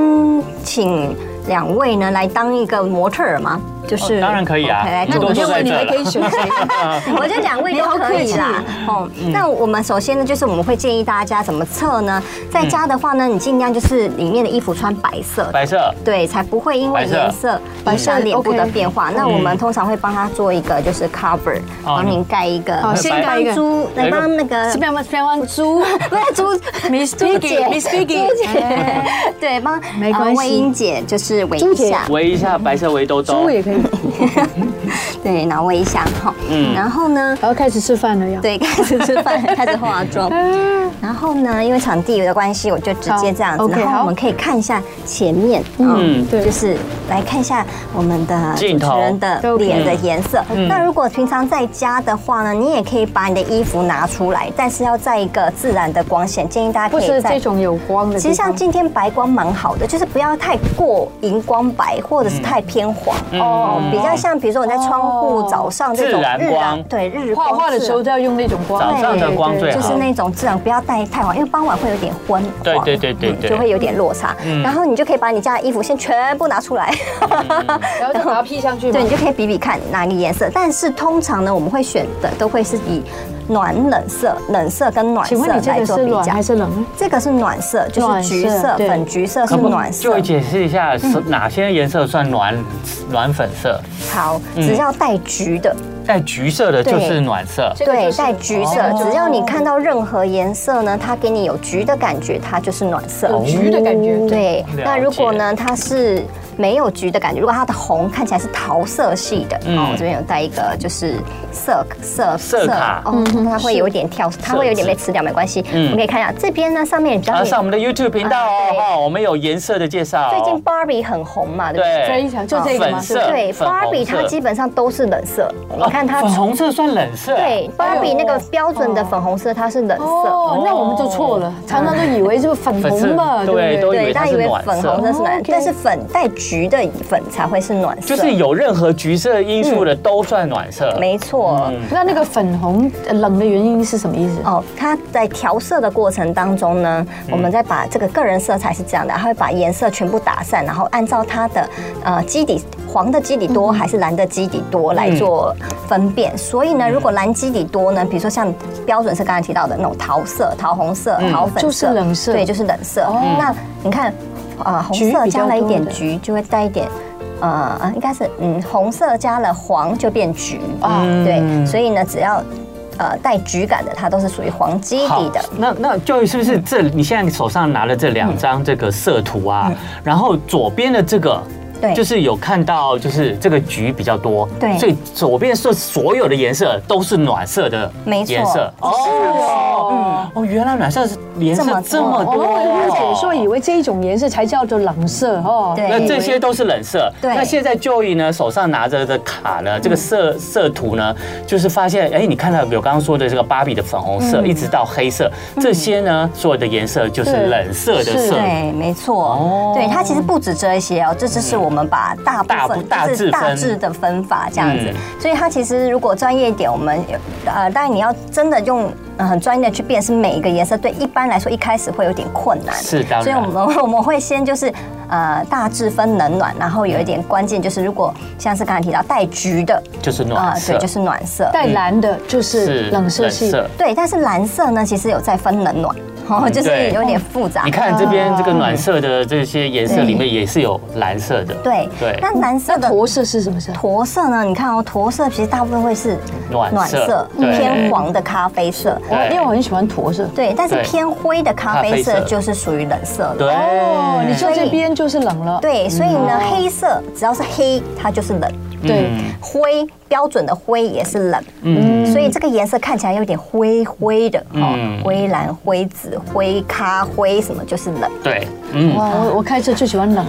[SPEAKER 4] 请两位呢来当一个模特儿吗？就是、
[SPEAKER 3] 哦当然可以啊
[SPEAKER 4] OK，来
[SPEAKER 3] 那
[SPEAKER 2] 那
[SPEAKER 4] 做
[SPEAKER 2] 我
[SPEAKER 3] 都
[SPEAKER 2] 就
[SPEAKER 3] 坐在
[SPEAKER 2] 问你
[SPEAKER 3] 这
[SPEAKER 2] 们
[SPEAKER 3] 了
[SPEAKER 2] 可以选谁？
[SPEAKER 4] 我觉得两位
[SPEAKER 2] 你
[SPEAKER 4] 都
[SPEAKER 2] 好
[SPEAKER 4] 可以啦
[SPEAKER 2] 客。嗯
[SPEAKER 4] 哦，那我们首先呢，就是我们会建议大家怎么测呢？
[SPEAKER 2] 嗯
[SPEAKER 4] 在家的话呢，你尽量就是里面的衣服穿白色的。
[SPEAKER 3] 白色。
[SPEAKER 4] 对，才不会因为
[SPEAKER 3] 白色
[SPEAKER 4] 颜色
[SPEAKER 2] 白
[SPEAKER 4] 影
[SPEAKER 2] 色
[SPEAKER 4] 响脸部的
[SPEAKER 2] OK 嗯
[SPEAKER 4] 变化。那我们通常会帮他做一个就是 cover，帮您盖一个，
[SPEAKER 2] 好哦先盖一个
[SPEAKER 4] 珠，来帮那个
[SPEAKER 2] 是不是台湾 猪
[SPEAKER 4] 不是嗯猪
[SPEAKER 2] ？Miss
[SPEAKER 4] 猪姐
[SPEAKER 2] Piggy，Miss Piggy，哎
[SPEAKER 4] 猪 姐，对，帮
[SPEAKER 2] 没关系
[SPEAKER 4] 呃魏英姐就是围
[SPEAKER 2] 猪
[SPEAKER 4] 一
[SPEAKER 2] 姐
[SPEAKER 4] 下，
[SPEAKER 3] 围一下白色围兜兜
[SPEAKER 2] 猪，也可以。
[SPEAKER 4] 对，拿微香哈。
[SPEAKER 3] 嗯
[SPEAKER 4] 然后呢，
[SPEAKER 2] 然后开始吃饭了呀。
[SPEAKER 4] 对，开始吃 饭，开始化妆。然后呢，因为场地的关系，我就直接这样
[SPEAKER 2] 好
[SPEAKER 4] 子。
[SPEAKER 2] ，OK，
[SPEAKER 4] 然后
[SPEAKER 2] 好
[SPEAKER 4] 我们可以看一下前面，嗯，
[SPEAKER 2] 对
[SPEAKER 4] 就是来看一下我们的主
[SPEAKER 3] 镜头
[SPEAKER 4] 持人的
[SPEAKER 2] 都可以
[SPEAKER 4] 脸的颜色。
[SPEAKER 2] 嗯
[SPEAKER 4] 那如果平常在家的话呢，你也可以把你的衣服拿出来，但是要在一个自然的光线。建议大家
[SPEAKER 2] 不
[SPEAKER 4] 可
[SPEAKER 2] 是
[SPEAKER 4] 以
[SPEAKER 2] 这
[SPEAKER 4] 在。
[SPEAKER 2] 种有光的地方。
[SPEAKER 4] 其实像今天白光蛮好的，就是不要太过荧光白，或者是太偏黄哦，
[SPEAKER 3] 嗯
[SPEAKER 4] 比较像比如说我在窗户
[SPEAKER 2] 嗯哦
[SPEAKER 4] 早上这种
[SPEAKER 3] 自然
[SPEAKER 4] 日啊
[SPEAKER 3] 光
[SPEAKER 4] 对日
[SPEAKER 2] 画
[SPEAKER 4] 光
[SPEAKER 2] 画的
[SPEAKER 4] 自
[SPEAKER 2] 时候就要用那种光，
[SPEAKER 3] 早上的光最
[SPEAKER 2] 对
[SPEAKER 3] 好
[SPEAKER 4] 就是那种自然不要戴太黄，因为傍晚会有点昏黄，
[SPEAKER 3] 对对对对嗯
[SPEAKER 4] 嗯
[SPEAKER 3] 对
[SPEAKER 4] 就会有点落差。然后你就可以把你家的衣服先全部拿出来，
[SPEAKER 3] 嗯
[SPEAKER 2] 对然后就把它 P 上去嘛
[SPEAKER 4] 对， 你就可以比比看哪个颜色。但是通常呢，我们会选的都会是以暖冷色、冷色跟暖色
[SPEAKER 2] 请问你这
[SPEAKER 4] 来
[SPEAKER 2] 个
[SPEAKER 4] 做
[SPEAKER 2] 是
[SPEAKER 4] 比
[SPEAKER 2] 暖
[SPEAKER 4] 较
[SPEAKER 2] 还。是冷？
[SPEAKER 4] 这个是暖色，就是橘
[SPEAKER 2] 暖
[SPEAKER 4] 色
[SPEAKER 2] 色、对
[SPEAKER 4] 粉橘色是
[SPEAKER 3] 可不
[SPEAKER 4] 暖
[SPEAKER 3] 就
[SPEAKER 4] 色
[SPEAKER 3] 会。解释一下是哪些颜色算暖暖粉色？
[SPEAKER 4] 好，
[SPEAKER 3] 嗯
[SPEAKER 4] 只要带橘的，
[SPEAKER 3] 带橘色的就
[SPEAKER 4] 对
[SPEAKER 3] 是暖色。
[SPEAKER 2] 这个就
[SPEAKER 4] 对，
[SPEAKER 2] 是哦
[SPEAKER 4] 带橘色，只要你看到任何颜色呢，它给你有橘的感觉，它就是暖色。
[SPEAKER 3] 哦
[SPEAKER 2] 有橘的感觉。
[SPEAKER 4] 嗯对，
[SPEAKER 3] 了
[SPEAKER 4] 那如果
[SPEAKER 3] 解
[SPEAKER 4] 呢，它是没有橘的感觉，如果它的红看起来是桃色系的，
[SPEAKER 3] 嗯
[SPEAKER 4] 哦，我这边有带一个就是色色
[SPEAKER 3] 色卡
[SPEAKER 2] 嗯
[SPEAKER 4] 哦，它会有点跳，它会有点被吃掉，没关系。
[SPEAKER 3] 啊嗯
[SPEAKER 4] 我们可以看一下这边呢，上面比较
[SPEAKER 3] 然后
[SPEAKER 4] 明
[SPEAKER 3] 啊上我们的 YouTube 频道
[SPEAKER 4] 啊
[SPEAKER 3] 哦，
[SPEAKER 4] 对
[SPEAKER 3] 哈，我们有颜色的介绍。哦
[SPEAKER 4] 最近 Barbie 很红嘛，对不对？
[SPEAKER 3] 对
[SPEAKER 2] 非常就这个吗？
[SPEAKER 3] 啊粉色
[SPEAKER 4] 对
[SPEAKER 3] 粉红
[SPEAKER 4] ，Barbie 它
[SPEAKER 3] 色
[SPEAKER 4] 基本上都是冷色，你看它
[SPEAKER 3] 哦粉红色算冷色。
[SPEAKER 4] 对
[SPEAKER 2] 哎
[SPEAKER 4] Barbie
[SPEAKER 2] 呦
[SPEAKER 4] 那个标准的粉红色，它是冷色。
[SPEAKER 2] 哦，那我们就错了，常常都以为就是粉红嘛，对
[SPEAKER 3] 粉色
[SPEAKER 2] 不对？
[SPEAKER 3] 都以
[SPEAKER 4] 对，
[SPEAKER 3] 为它
[SPEAKER 4] 大家
[SPEAKER 3] 是
[SPEAKER 4] 以为
[SPEAKER 3] 暖
[SPEAKER 4] 粉
[SPEAKER 3] 色
[SPEAKER 4] 红色是
[SPEAKER 2] 哦
[SPEAKER 4] 暖，
[SPEAKER 2] ，OK
[SPEAKER 4] 但是粉带橘的粉才会是暖色。
[SPEAKER 3] 就是有任何橘色因素的都算暖色。
[SPEAKER 4] 嗯没错，
[SPEAKER 3] 嗯
[SPEAKER 2] 那那个粉红呃冷的原因是什么意思？
[SPEAKER 4] 哦，它在调色的过程当中呢，
[SPEAKER 2] 嗯
[SPEAKER 4] 我们再把这个个人色彩是这样的，它会把颜色全部打散，然后按照它的呃基底黄的基底
[SPEAKER 2] 嗯
[SPEAKER 4] 多还是蓝的基底多来做分辨。所以
[SPEAKER 2] 嗯
[SPEAKER 4] 呢，如果蓝基底多呢，比如说像标准是刚才提到的那种桃色、桃红色、桃粉色，
[SPEAKER 2] 就是冷色哦
[SPEAKER 4] 对，就是冷色。那你看，呃，红
[SPEAKER 2] 橘
[SPEAKER 4] 色
[SPEAKER 2] 比较
[SPEAKER 4] 加了一点
[SPEAKER 2] 多的
[SPEAKER 4] 橘，就会带一点。呃，呃应该是嗯，红色加了黄就变橘啊，
[SPEAKER 2] 嗯
[SPEAKER 4] 对，所以呢，只要呃带橘感的，它都是属于黄基
[SPEAKER 3] 好
[SPEAKER 4] 底的。
[SPEAKER 3] 那那就是不是这？你现在手上拿了这两张这个色图啊，然后左边的这个。
[SPEAKER 4] 嗯对
[SPEAKER 3] 就是有看到，就是这个橘比较多，
[SPEAKER 4] 对
[SPEAKER 3] 所以左边是所有的颜色都是暖色的
[SPEAKER 4] 没错
[SPEAKER 3] 颜色哦，哦，原来暖色是颜色
[SPEAKER 4] 嗯这么多
[SPEAKER 3] 这么
[SPEAKER 2] 哦我
[SPEAKER 3] 多
[SPEAKER 2] 们为了解说以
[SPEAKER 3] 哦，
[SPEAKER 2] 为这一种颜色才叫做冷色哦。
[SPEAKER 4] 对
[SPEAKER 3] 那这些都是冷色。
[SPEAKER 4] 对
[SPEAKER 3] 那现在 Joey 呢手上拿着的卡呢，这个色
[SPEAKER 2] 嗯
[SPEAKER 3] 色图呢，就是发现，哎，你看到有刚刚说的这个芭比的粉红
[SPEAKER 2] 嗯
[SPEAKER 3] 色，一直到黑色，这些呢所有的颜色就是
[SPEAKER 2] 对
[SPEAKER 3] 冷色的
[SPEAKER 2] 是
[SPEAKER 3] 色
[SPEAKER 4] 对，没错，
[SPEAKER 3] 哦
[SPEAKER 4] 对它其实不止这些哦，这只是我们把大
[SPEAKER 3] 大
[SPEAKER 4] 部
[SPEAKER 3] 部
[SPEAKER 4] 分
[SPEAKER 3] 大
[SPEAKER 4] 就
[SPEAKER 3] 致
[SPEAKER 4] 是
[SPEAKER 3] 分
[SPEAKER 4] 大致的分法这样子
[SPEAKER 3] 嗯，
[SPEAKER 4] 所以它其实如果专业一点，我们呃，当然你要真的用呃很专业的去辨识每一个颜色，对一般来说一开始会有点困难，
[SPEAKER 3] 是当然
[SPEAKER 4] 所以我们我们会先就是呃大致分冷暖，然后有一点关键就是如果像是刚才提到带橘的
[SPEAKER 3] 就是
[SPEAKER 4] 啊
[SPEAKER 3] 暖，色，
[SPEAKER 4] 对，就是暖色，
[SPEAKER 2] 带蓝的哦就是冷色系，
[SPEAKER 4] 对，但是蓝色呢，其实有在分冷暖，哦，
[SPEAKER 3] 嗯
[SPEAKER 4] 就是
[SPEAKER 3] 对
[SPEAKER 4] 有点复杂
[SPEAKER 3] 你。看这边这个暖色的这些颜色里面也是有蓝色的，
[SPEAKER 4] 对
[SPEAKER 3] 对
[SPEAKER 4] 那蓝色
[SPEAKER 2] 那
[SPEAKER 4] 的
[SPEAKER 2] 驼色是什么色？
[SPEAKER 4] 驼色呢？你看哦，驼色其实大部分会是
[SPEAKER 3] 暖色对
[SPEAKER 4] 偏黄的咖啡色。
[SPEAKER 2] 我
[SPEAKER 3] 对
[SPEAKER 2] 哦因为我很喜欢驼色。
[SPEAKER 4] 对，但是
[SPEAKER 3] 对
[SPEAKER 4] 偏灰的咖啡
[SPEAKER 3] 咖
[SPEAKER 4] 色
[SPEAKER 3] 啡色
[SPEAKER 4] 就是属于冷色了。
[SPEAKER 3] 对，
[SPEAKER 2] 哦，你说这边就是冷了。
[SPEAKER 4] 对，所以呢，
[SPEAKER 2] 嗯
[SPEAKER 4] 黑色只要是黑，它就是冷。
[SPEAKER 2] 对，
[SPEAKER 4] 灰标准的灰也是冷，
[SPEAKER 3] 嗯
[SPEAKER 4] 所以这个颜色看起来有点灰灰的哦
[SPEAKER 3] 嗯，
[SPEAKER 4] 灰蓝、灰紫、灰咖、灰什么就是冷。
[SPEAKER 3] 对，嗯，
[SPEAKER 2] 哇，我我开车最喜欢 冷，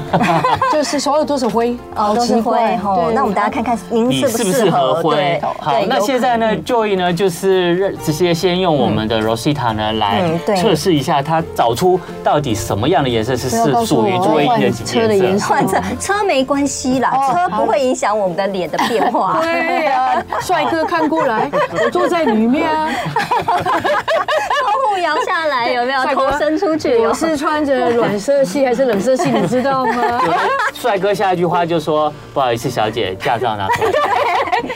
[SPEAKER 2] 就是所有都是灰，
[SPEAKER 4] 哦，都是
[SPEAKER 2] 奇
[SPEAKER 4] 灰
[SPEAKER 2] 怪
[SPEAKER 4] 吼
[SPEAKER 2] 对
[SPEAKER 4] 那我们大家看看您
[SPEAKER 3] 你
[SPEAKER 4] 适不
[SPEAKER 3] 是不
[SPEAKER 4] 适
[SPEAKER 3] 是合
[SPEAKER 4] 合？
[SPEAKER 3] 灰
[SPEAKER 4] 对，？
[SPEAKER 3] 好
[SPEAKER 4] 对，
[SPEAKER 3] 那
[SPEAKER 4] 有
[SPEAKER 3] 现
[SPEAKER 4] 可
[SPEAKER 3] 在
[SPEAKER 4] 能
[SPEAKER 3] 呢，Joy 呢就是认直接先用我们的 Rosita 呢来
[SPEAKER 4] 嗯对
[SPEAKER 3] 测试一下，它找出到底什么样的颜色是
[SPEAKER 2] 不要
[SPEAKER 3] 是
[SPEAKER 2] 告诉
[SPEAKER 3] 属于
[SPEAKER 2] 我
[SPEAKER 3] Joy
[SPEAKER 2] 换
[SPEAKER 3] 的
[SPEAKER 2] 车的颜色
[SPEAKER 3] 颜色。
[SPEAKER 4] 换车车没关系啦，车不会影响我们的脸的变化。
[SPEAKER 2] 对呀、啊帅哥看过来，我坐在里面啊，
[SPEAKER 4] 窗户摇下来有没有？
[SPEAKER 2] 帅哥
[SPEAKER 4] 头伸出去哦有
[SPEAKER 2] 我是穿着暖色系还是冷色系，你知道吗？
[SPEAKER 3] 有的帅哥下一句话就说：“不好意思，小姐，驾照拿出来。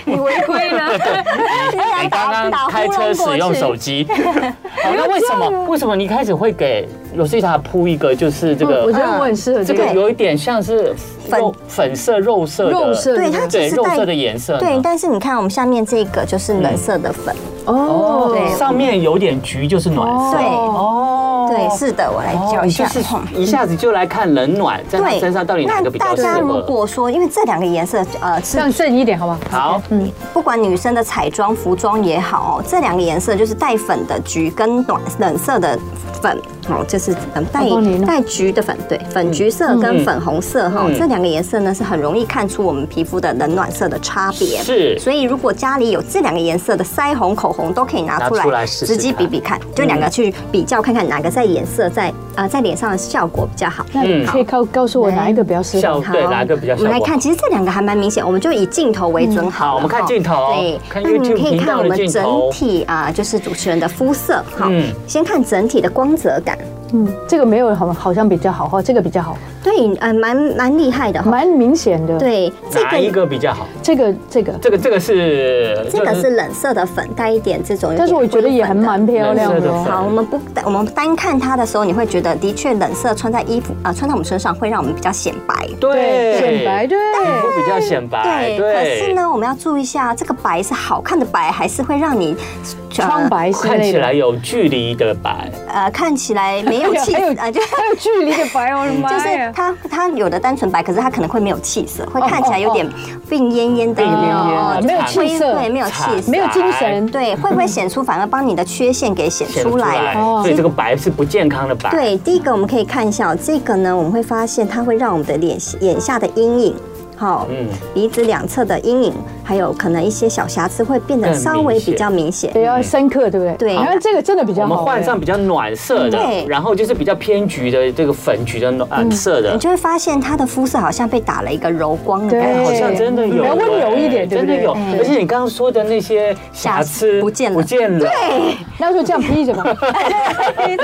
[SPEAKER 2] 你违规了。
[SPEAKER 4] 依然
[SPEAKER 3] 你哎刚刚开车使用 手机，好，那为什么为什么你一开始会给 Rosita 铺一个就是这
[SPEAKER 2] 嗯我觉
[SPEAKER 3] 个啊
[SPEAKER 2] 得我很适合这
[SPEAKER 3] 这个
[SPEAKER 2] 个，
[SPEAKER 3] 有一点像是肉粉色肉色的
[SPEAKER 2] 肉色
[SPEAKER 4] 对它
[SPEAKER 3] 对
[SPEAKER 4] 其实
[SPEAKER 3] 肉
[SPEAKER 4] 带
[SPEAKER 3] 色的颜色呢，嗯
[SPEAKER 4] 对，但是你看我们下面这个就是冷色的粉，
[SPEAKER 2] 哦，
[SPEAKER 4] 对
[SPEAKER 3] 上面有点橘就是暖色
[SPEAKER 4] 对
[SPEAKER 3] 哦。
[SPEAKER 4] 对，是的，我来教一下。嗯
[SPEAKER 3] 就是一下子就来看冷暖在他
[SPEAKER 4] 对，
[SPEAKER 3] 身上到底哪个比较
[SPEAKER 4] 那大
[SPEAKER 3] 适
[SPEAKER 4] 家如
[SPEAKER 3] 合。
[SPEAKER 4] 果说，因为这两个颜色，呃，
[SPEAKER 2] 这
[SPEAKER 4] 是
[SPEAKER 2] 样正一点好不好？嗯
[SPEAKER 3] 好，
[SPEAKER 4] 不管女生的彩妆、服装也好哦，这两个颜色就是带粉的橘跟暖冷色的粉哦，就是嗯带
[SPEAKER 2] 我帮你弄
[SPEAKER 4] 带橘的粉，对，粉橘色跟粉红色哈、哦
[SPEAKER 3] 嗯
[SPEAKER 4] 这两个颜色呢是很容易看出我们皮肤的冷暖色的差别。
[SPEAKER 3] 是
[SPEAKER 4] 所以如果家里有这两个颜色的腮红、口红，都可以拿出
[SPEAKER 3] 拿
[SPEAKER 4] 来，
[SPEAKER 3] 出来试试
[SPEAKER 4] 直接比比看，就两个去比较看看哪个在颜色在啊、在脸上的效果比较好。
[SPEAKER 2] 那
[SPEAKER 3] 嗯
[SPEAKER 2] 你可以告告诉我哪一个比较适
[SPEAKER 3] 效
[SPEAKER 2] 合？
[SPEAKER 4] 好
[SPEAKER 3] 对哪个比较
[SPEAKER 4] 我
[SPEAKER 3] 效
[SPEAKER 4] 们来
[SPEAKER 3] 果
[SPEAKER 4] 看，？其实这两个还蛮明显，我们就以镜头为准好了。
[SPEAKER 3] 嗯好我们看
[SPEAKER 4] 哈
[SPEAKER 3] 镜头
[SPEAKER 4] 对，
[SPEAKER 3] 看
[SPEAKER 4] 那你
[SPEAKER 3] YouTube
[SPEAKER 4] 可以
[SPEAKER 3] 频
[SPEAKER 4] 看
[SPEAKER 3] 道
[SPEAKER 4] 我
[SPEAKER 3] 的
[SPEAKER 4] 们
[SPEAKER 3] 镜
[SPEAKER 4] 整
[SPEAKER 3] 头
[SPEAKER 4] 体啊，就是主持人的肤色。好
[SPEAKER 3] 嗯，
[SPEAKER 4] 先看整体的光泽感。
[SPEAKER 2] 嗯，这个没有好，好像比较好哈，这个比较好，
[SPEAKER 4] 对，呃，蛮蛮厉害的哈。
[SPEAKER 2] 蛮明显的。，
[SPEAKER 4] 对，这
[SPEAKER 3] 哪一
[SPEAKER 4] 个
[SPEAKER 3] 个比较好？
[SPEAKER 2] 这个这个，
[SPEAKER 3] 这个这个是
[SPEAKER 4] 这个是冷色的粉，带一点这种有点
[SPEAKER 2] 但
[SPEAKER 4] 灰
[SPEAKER 2] 是
[SPEAKER 4] 粉
[SPEAKER 2] 我觉
[SPEAKER 4] 的。
[SPEAKER 2] 得也很蛮漂亮
[SPEAKER 3] 蓝色
[SPEAKER 2] 的
[SPEAKER 3] 的
[SPEAKER 2] 哦。
[SPEAKER 3] 粉
[SPEAKER 4] 好，我们不，我们单看它的时候，你会觉得的确冷色穿在衣服啊、穿在我们身上会让我们比较显白。
[SPEAKER 3] 对
[SPEAKER 2] 显白对
[SPEAKER 3] 皮肤比较显白，
[SPEAKER 4] 可是
[SPEAKER 3] 哎对，
[SPEAKER 4] 呢，我们要注意一下，这个白是好看的白，还是会让你呃
[SPEAKER 2] 苍白之
[SPEAKER 3] 看
[SPEAKER 2] 类
[SPEAKER 3] 起来
[SPEAKER 2] 的，
[SPEAKER 3] 有距离的白，
[SPEAKER 4] 呃看起来没有气
[SPEAKER 2] 哎还有
[SPEAKER 4] 啊，就
[SPEAKER 2] 还有距离的白，哦我的妈
[SPEAKER 4] 就是
[SPEAKER 2] 哎呀！
[SPEAKER 4] 它它有的单纯白，可是它可能会没有气色，会看起来有点病恹恹的，
[SPEAKER 3] 病恹恹
[SPEAKER 4] 哦
[SPEAKER 2] 没有气色
[SPEAKER 4] 对，没有气色
[SPEAKER 2] 没，有精
[SPEAKER 3] 哎
[SPEAKER 2] 神
[SPEAKER 4] 对，会不会显出反而帮你的缺陷给显
[SPEAKER 3] 显
[SPEAKER 4] 出
[SPEAKER 3] 出
[SPEAKER 4] 来
[SPEAKER 3] 来
[SPEAKER 4] 了？
[SPEAKER 2] 哦
[SPEAKER 3] 所以这个白是不健康的白。，
[SPEAKER 4] 对，第一个我们可以看一下哦这个呢，我们会发现它会让我们的脸眼下的阴影。好，
[SPEAKER 3] 嗯
[SPEAKER 4] 鼻子两侧的阴影，还有可能一些小瑕疵会变得
[SPEAKER 3] 更
[SPEAKER 4] 稍微
[SPEAKER 3] 明显
[SPEAKER 4] 比较明显。
[SPEAKER 2] 比较深刻，对不啊对？
[SPEAKER 4] 对
[SPEAKER 2] 好像这个真的比较
[SPEAKER 3] 我们
[SPEAKER 2] 好。
[SPEAKER 3] 换上比较暖色的
[SPEAKER 4] 对，嗯
[SPEAKER 3] 然后就是比较偏橘的这个粉橘的暖色的
[SPEAKER 4] 你，就会发现它的肤色好像被打了一个柔光的
[SPEAKER 2] 对
[SPEAKER 4] 感
[SPEAKER 3] 好
[SPEAKER 4] 觉。
[SPEAKER 3] 像真的有
[SPEAKER 2] 比
[SPEAKER 3] 欸，
[SPEAKER 2] 较温柔一点对不
[SPEAKER 3] 真
[SPEAKER 2] 对
[SPEAKER 3] 的有
[SPEAKER 4] 嗯。
[SPEAKER 3] 而且你刚刚说的那些瑕疵
[SPEAKER 4] 不见了
[SPEAKER 3] 不见了，
[SPEAKER 2] 那就这样披着 吧。
[SPEAKER 3] 哎，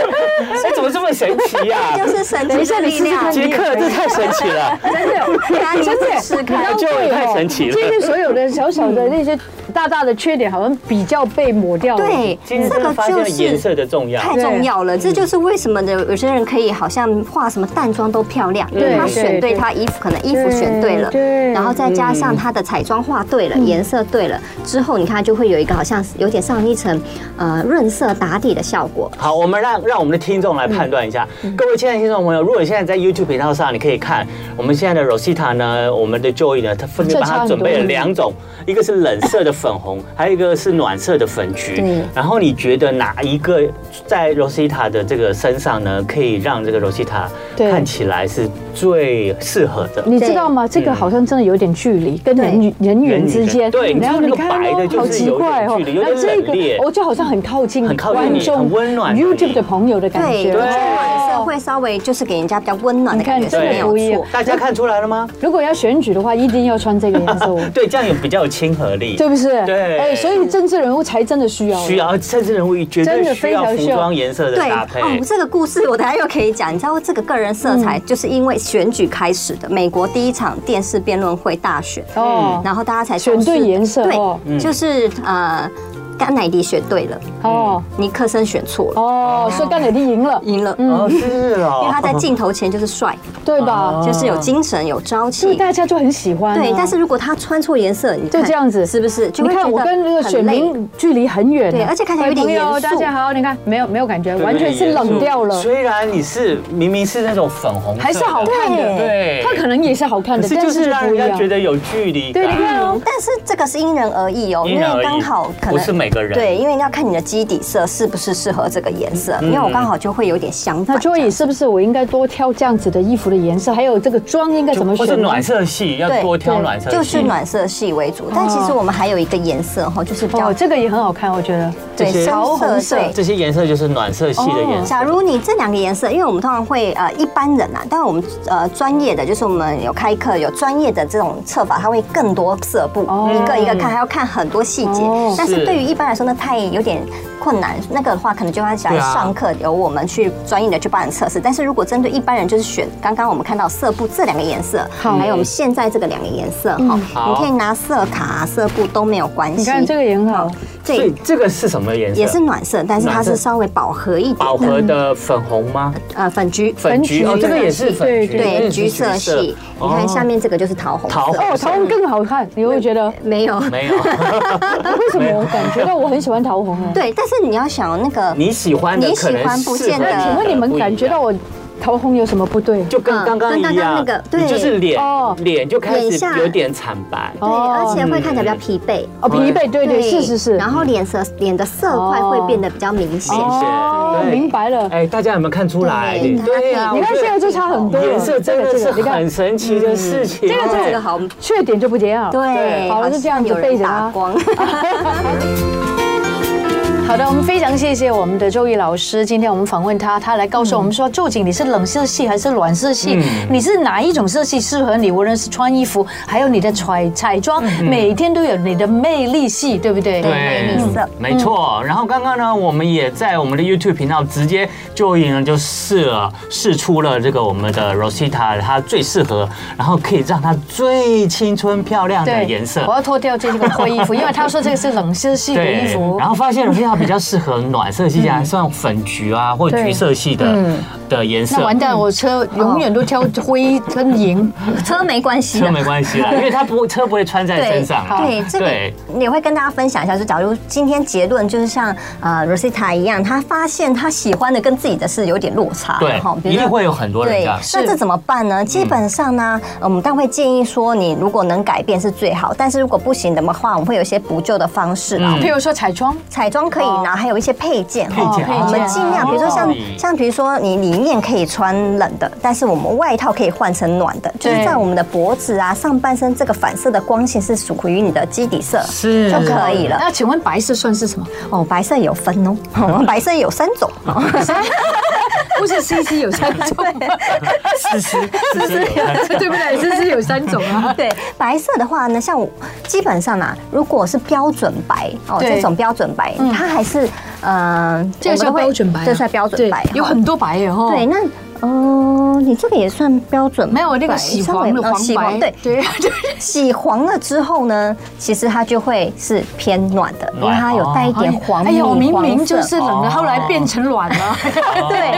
[SPEAKER 3] 怎么这么神奇呀？
[SPEAKER 4] 就是神
[SPEAKER 2] 等一
[SPEAKER 4] 奇
[SPEAKER 2] 下
[SPEAKER 4] 的
[SPEAKER 2] 你
[SPEAKER 4] 力
[SPEAKER 2] 试试
[SPEAKER 4] 量
[SPEAKER 2] 看。
[SPEAKER 3] 杰克，这太神奇了，
[SPEAKER 2] 真的，
[SPEAKER 4] 大家
[SPEAKER 2] 真的
[SPEAKER 4] 试试看
[SPEAKER 2] 你知道
[SPEAKER 3] 就
[SPEAKER 2] 对哦
[SPEAKER 3] 太神奇了
[SPEAKER 2] 这些所有的小小的那些大大的缺点，好像比较被抹掉了。
[SPEAKER 4] 对，
[SPEAKER 3] 今天
[SPEAKER 4] 这
[SPEAKER 3] 真的
[SPEAKER 4] 个
[SPEAKER 3] 发现
[SPEAKER 4] 就
[SPEAKER 3] 了颜
[SPEAKER 4] 是
[SPEAKER 3] 色的重要。
[SPEAKER 4] 太
[SPEAKER 2] 对
[SPEAKER 4] 重要了。这就是为什么的有些人可以好像化什么淡妆都漂亮，因
[SPEAKER 2] 对
[SPEAKER 4] 为他选
[SPEAKER 2] 对
[SPEAKER 4] 对
[SPEAKER 2] 对
[SPEAKER 4] 他衣服，可能衣服选对了，
[SPEAKER 2] 对嗯
[SPEAKER 4] 然后再加上他的彩妆化对了，颜色对了之后，你看就会有一个好像有点上一层呃润色打底的效果。
[SPEAKER 3] 好，我们让让我们的听众来判断一下。各位亲爱的听众朋友，如果你现在在 YouTube 频道上，你可以看我们现在的 Rosita 呢，我们的 Joy 呢，他分别
[SPEAKER 2] 这
[SPEAKER 3] 帮
[SPEAKER 2] 差
[SPEAKER 3] 他
[SPEAKER 2] 很
[SPEAKER 3] 准备了
[SPEAKER 2] 多
[SPEAKER 3] 两种，一个是冷色的粉红，还有一个是暖色的粉橘
[SPEAKER 4] 对。
[SPEAKER 3] 然后你觉得哪一个在 Rosita 的这个身上呢，可以让这个 Rosita
[SPEAKER 2] 对
[SPEAKER 3] 看起来是最适合的？
[SPEAKER 2] 你知道吗？这个好像真的有点距离，跟人与人与人之间。
[SPEAKER 3] 对
[SPEAKER 2] 然后
[SPEAKER 3] 你
[SPEAKER 2] 你
[SPEAKER 3] 知道那个
[SPEAKER 2] 看
[SPEAKER 3] 白的
[SPEAKER 2] 哦，
[SPEAKER 3] 就是
[SPEAKER 2] 好奇怪哦
[SPEAKER 3] 有点距，离有
[SPEAKER 2] 然后
[SPEAKER 3] 点
[SPEAKER 2] 这
[SPEAKER 3] 冷
[SPEAKER 2] 个
[SPEAKER 3] 冽
[SPEAKER 2] 哦我就好像很靠近
[SPEAKER 3] 很靠近
[SPEAKER 2] 观
[SPEAKER 3] 你
[SPEAKER 2] 众、
[SPEAKER 3] 很温暖的
[SPEAKER 2] YouTube
[SPEAKER 3] 你
[SPEAKER 2] 的朋友的感
[SPEAKER 4] 对，
[SPEAKER 2] 觉。
[SPEAKER 4] 这个
[SPEAKER 3] 对
[SPEAKER 4] 暖色会稍微就是给人家比较温暖的感觉，
[SPEAKER 2] 你看
[SPEAKER 4] 是没
[SPEAKER 2] 这
[SPEAKER 4] 有
[SPEAKER 2] 个不一
[SPEAKER 4] 错
[SPEAKER 2] 样。
[SPEAKER 3] 大家看出来了吗？
[SPEAKER 2] 如果要选举的话，一定要穿这个颜色，
[SPEAKER 3] 对，这样有比较有亲和力。
[SPEAKER 2] 对不是？
[SPEAKER 3] 对
[SPEAKER 2] 哎，所以政治人物才真的需要。
[SPEAKER 3] 需。要政治人物绝
[SPEAKER 2] 真
[SPEAKER 3] 对
[SPEAKER 2] 的
[SPEAKER 3] 需
[SPEAKER 2] 非
[SPEAKER 3] 要
[SPEAKER 2] 常
[SPEAKER 3] 服
[SPEAKER 2] 需要
[SPEAKER 3] 装颜色的
[SPEAKER 4] 对
[SPEAKER 3] 搭配。
[SPEAKER 4] 哦，这个故事我等下又可以讲。你知道这个个人色
[SPEAKER 2] 嗯
[SPEAKER 4] 彩就是因为选举开始的，美国第一场电视辩论会大选，
[SPEAKER 2] 哦
[SPEAKER 3] 嗯
[SPEAKER 4] 然后大家才
[SPEAKER 2] 选对
[SPEAKER 4] 重视
[SPEAKER 2] 颜色哦
[SPEAKER 4] 对，就是呃，甘乃迪选对了，
[SPEAKER 2] 哦
[SPEAKER 4] 尼克森选错了，
[SPEAKER 2] 哦，嗯所以甘乃迪赢了，
[SPEAKER 4] 赢了，
[SPEAKER 3] 哦，是哦，
[SPEAKER 4] 因为他在镜头前就是帅，
[SPEAKER 2] 对吧？
[SPEAKER 4] 就是有精神、有朝
[SPEAKER 2] 所以
[SPEAKER 4] 气。
[SPEAKER 2] 大家就很喜欢啊。
[SPEAKER 4] 对，但是如果他穿错颜色，你看
[SPEAKER 2] 就这样子
[SPEAKER 4] 是不是？就
[SPEAKER 2] 你
[SPEAKER 4] 会觉
[SPEAKER 2] 看
[SPEAKER 4] 得
[SPEAKER 2] 我跟那个选
[SPEAKER 4] 很累
[SPEAKER 2] 民距离很远啊，
[SPEAKER 4] 对而且看起来有点
[SPEAKER 2] 朋友
[SPEAKER 4] 严肃
[SPEAKER 2] 大家好，你看没有没有感觉，
[SPEAKER 3] 对
[SPEAKER 2] 完全是冷掉了，
[SPEAKER 3] 虽然你是明明是那种粉红色的，
[SPEAKER 2] 还是好看的。
[SPEAKER 3] 对，
[SPEAKER 2] 他可能也是好看
[SPEAKER 3] 可
[SPEAKER 2] 的，
[SPEAKER 3] 是
[SPEAKER 2] 但
[SPEAKER 3] 就是是
[SPEAKER 2] 就
[SPEAKER 3] 让
[SPEAKER 2] 不
[SPEAKER 3] 人
[SPEAKER 2] 一
[SPEAKER 3] 家
[SPEAKER 2] 样
[SPEAKER 3] 觉。得哎有距离感。
[SPEAKER 2] 对，你看哦，
[SPEAKER 4] 但是这个是因人而异哦，
[SPEAKER 3] 因
[SPEAKER 4] 因
[SPEAKER 3] 人而异
[SPEAKER 4] 为刚好可能
[SPEAKER 3] 不是每个人
[SPEAKER 4] 对，因为要看你的基底色是不是适合这个颜色，
[SPEAKER 3] 嗯
[SPEAKER 4] 因为我刚好就会有点相
[SPEAKER 2] 那
[SPEAKER 4] 反。
[SPEAKER 2] Joy 是不是我应该多挑这样子的衣服的颜色，还有这个妆应该怎么
[SPEAKER 3] 或
[SPEAKER 2] 选
[SPEAKER 3] 是
[SPEAKER 2] 呢？
[SPEAKER 3] 暖色系，要
[SPEAKER 4] 对
[SPEAKER 3] 多挑暖色系，
[SPEAKER 4] 就是暖色系为主，但其实我们还有一个颜色哈，就是比较
[SPEAKER 2] 哦，这个也很好看，我觉得。
[SPEAKER 4] 对
[SPEAKER 3] 些
[SPEAKER 4] 深
[SPEAKER 2] 桃红
[SPEAKER 4] 色
[SPEAKER 2] 色
[SPEAKER 4] 对。
[SPEAKER 3] 这些颜色就是暖色系的颜色。
[SPEAKER 4] 哦假如你这两个颜色，因为我们通常会呃一般人啊，但我们呃专业的就是我们有开课有专业的这种测法，它会更多色布，
[SPEAKER 2] 哦
[SPEAKER 4] 一个一个看，还要看很多细节
[SPEAKER 2] 哦。
[SPEAKER 4] 但
[SPEAKER 3] 是
[SPEAKER 4] 是对于一般来说呢，太有点困难，那个的话可能就要来
[SPEAKER 3] 对啊
[SPEAKER 4] 上课，由我们去专业的去帮你测试。但是如果针对一般人，就是选刚刚我们看到色布这两个颜色，
[SPEAKER 2] 好嗯
[SPEAKER 4] 还有我们现在这个两个颜色哈，
[SPEAKER 3] 好
[SPEAKER 4] 你可以拿色卡、色布都没有关系。
[SPEAKER 2] 你看这个也很好，
[SPEAKER 4] 这这
[SPEAKER 3] 所以这个是什么颜色？
[SPEAKER 4] 也是暖色，但是它
[SPEAKER 3] 暖
[SPEAKER 4] 是
[SPEAKER 3] 色
[SPEAKER 4] 稍微饱和一点的，
[SPEAKER 3] 饱和的粉红吗？
[SPEAKER 4] 呃粉橘，
[SPEAKER 3] 粉橘
[SPEAKER 2] 橘
[SPEAKER 3] 哦，这个也是粉
[SPEAKER 2] 对
[SPEAKER 3] 橘，
[SPEAKER 4] 对
[SPEAKER 3] 嗯
[SPEAKER 4] 橘色哦系。你看下面这个就是桃红色，
[SPEAKER 3] 桃红
[SPEAKER 2] 哦，桃红更好看，你会觉得
[SPEAKER 4] 没有。
[SPEAKER 3] 没有，
[SPEAKER 2] 为什么我感觉到我很喜欢桃红哎？
[SPEAKER 4] 对，但是你要想那个
[SPEAKER 3] 你喜欢的
[SPEAKER 4] 你
[SPEAKER 3] 可
[SPEAKER 4] 喜
[SPEAKER 3] 能
[SPEAKER 4] 欢不
[SPEAKER 3] 适合
[SPEAKER 4] 见
[SPEAKER 3] 的
[SPEAKER 4] 得
[SPEAKER 3] 不一样，
[SPEAKER 2] 请问你们感觉到我桃红有什么不对？
[SPEAKER 3] 就跟
[SPEAKER 4] 嗯
[SPEAKER 3] 刚刚
[SPEAKER 4] 跟
[SPEAKER 3] 一
[SPEAKER 4] 刚刚
[SPEAKER 3] 样，
[SPEAKER 4] 那个对
[SPEAKER 3] 你就是脸
[SPEAKER 2] 哦
[SPEAKER 3] 脸就开
[SPEAKER 4] 脸
[SPEAKER 3] 始
[SPEAKER 4] 下
[SPEAKER 3] 有点惨白，
[SPEAKER 4] 对，而且会看起来比较
[SPEAKER 3] 嗯
[SPEAKER 4] 疲惫。
[SPEAKER 2] 哦，疲惫，对对，是是是。
[SPEAKER 4] 然后脸色脸的色块会变得比较明显。
[SPEAKER 3] 哦
[SPEAKER 2] 哦，
[SPEAKER 3] 对
[SPEAKER 2] 明白了。
[SPEAKER 3] 哎，大家有没有看出来？
[SPEAKER 4] 对
[SPEAKER 3] 你对呀，
[SPEAKER 4] 它可以
[SPEAKER 2] 你看
[SPEAKER 3] 我觉
[SPEAKER 2] 现在
[SPEAKER 3] 得
[SPEAKER 2] 就差很多了，
[SPEAKER 3] 颜色真的是
[SPEAKER 2] 这个这个
[SPEAKER 3] 很
[SPEAKER 2] 你看嗯
[SPEAKER 3] 神奇的事情。哦
[SPEAKER 2] 这个
[SPEAKER 4] 这个好，
[SPEAKER 2] 缺点就不一样。
[SPEAKER 4] 对，
[SPEAKER 2] 好了，就这样子
[SPEAKER 4] 有
[SPEAKER 2] 背
[SPEAKER 4] 人
[SPEAKER 2] 着啊
[SPEAKER 4] 打
[SPEAKER 2] 它。
[SPEAKER 4] 光。
[SPEAKER 2] 好的，我们非常谢谢我们的周瑜老师。今天我们访问他，他来告诉我们说，究竟你是冷色系还是暖色系？
[SPEAKER 3] 嗯
[SPEAKER 2] 你是哪一种色系适合你？无论是穿衣服，还有你的彩彩妆，每天都有你的魅力系，对不对？
[SPEAKER 3] 嗯对
[SPEAKER 4] 魅力色，
[SPEAKER 2] 嗯
[SPEAKER 3] 没错。然后刚刚呢，我们也在我们的 YouTube 频道直接就已经就试了试出了这个我们的 Rosita，它最适合，然后可以让它最青春漂亮的颜色
[SPEAKER 2] 我。要脱掉这个破衣服，因为他说这个是冷色系的衣服
[SPEAKER 3] 然。后发现 Rosita 比较适合暖色系
[SPEAKER 4] 嗯
[SPEAKER 3] 啊，像粉橘啊或橘色系的的颜色。
[SPEAKER 2] 那完蛋，我车永远都挑灰跟银。
[SPEAKER 4] 车没关系
[SPEAKER 3] 车
[SPEAKER 4] 的。
[SPEAKER 3] 没关系 啦，因为它不车不会穿在身上啦。
[SPEAKER 4] 对，这
[SPEAKER 3] 对
[SPEAKER 4] 个也会跟大家分享一下。就假如今天结论就是像呃 Rosita 一样，她发现她喜欢的跟自己的是有点落差，哈
[SPEAKER 3] 对，一定。会有很多人这
[SPEAKER 4] 对
[SPEAKER 3] 样。，嗯
[SPEAKER 4] 那这怎么办呢？基本上呢，呃我们但会建议说，你如果能改变是最好，但是如果不行的话，我们会有一些补救的方式啊。
[SPEAKER 2] 譬如说彩妆，
[SPEAKER 4] 彩妆可以拿，还有一些配件哈，
[SPEAKER 3] 嗯配件
[SPEAKER 4] 我们尽量，
[SPEAKER 3] 哦
[SPEAKER 4] 比如说像
[SPEAKER 3] 有道理
[SPEAKER 4] 像比如说你里面可以穿冷的，但是我们外套可以换成暖的，就是
[SPEAKER 2] 对
[SPEAKER 4] 在我们的脖子啊、上半身这个反射的光线是属于你的基底色
[SPEAKER 3] 是
[SPEAKER 4] 就可以了。
[SPEAKER 2] 那请问白色算是什 么？
[SPEAKER 4] 哦，白色有分哦，哦白色有三种，
[SPEAKER 2] 不是 C C 有三种，
[SPEAKER 3] 是是是是，
[SPEAKER 2] 对不对？C C 有三种 啊。
[SPEAKER 4] 对，白色的话呢，像我基本上啊，如果是标准白哦，
[SPEAKER 2] 对
[SPEAKER 4] 这种标准白，它还是嗯，
[SPEAKER 2] 这个
[SPEAKER 4] 我
[SPEAKER 2] 叫
[SPEAKER 4] 们会
[SPEAKER 2] 标准白啊，
[SPEAKER 4] 这算标准白
[SPEAKER 2] 对，有很多白耶哈。
[SPEAKER 4] 对，，那哦，你这个也算标准白，
[SPEAKER 2] 没有那个喜
[SPEAKER 4] 稍微
[SPEAKER 2] 黄的
[SPEAKER 4] 呃
[SPEAKER 2] 黄
[SPEAKER 4] 喜
[SPEAKER 2] 白，
[SPEAKER 4] 黄对。
[SPEAKER 2] 对对
[SPEAKER 4] 洗黄了之后呢，其实它就会是偏暖的，因为
[SPEAKER 3] 暖
[SPEAKER 4] 它有带一 点黄
[SPEAKER 2] 哎
[SPEAKER 4] 米
[SPEAKER 2] 呀，我明
[SPEAKER 4] 黄
[SPEAKER 2] 明
[SPEAKER 4] 色
[SPEAKER 2] 就。是冷的，后来变成暖 了。
[SPEAKER 4] 对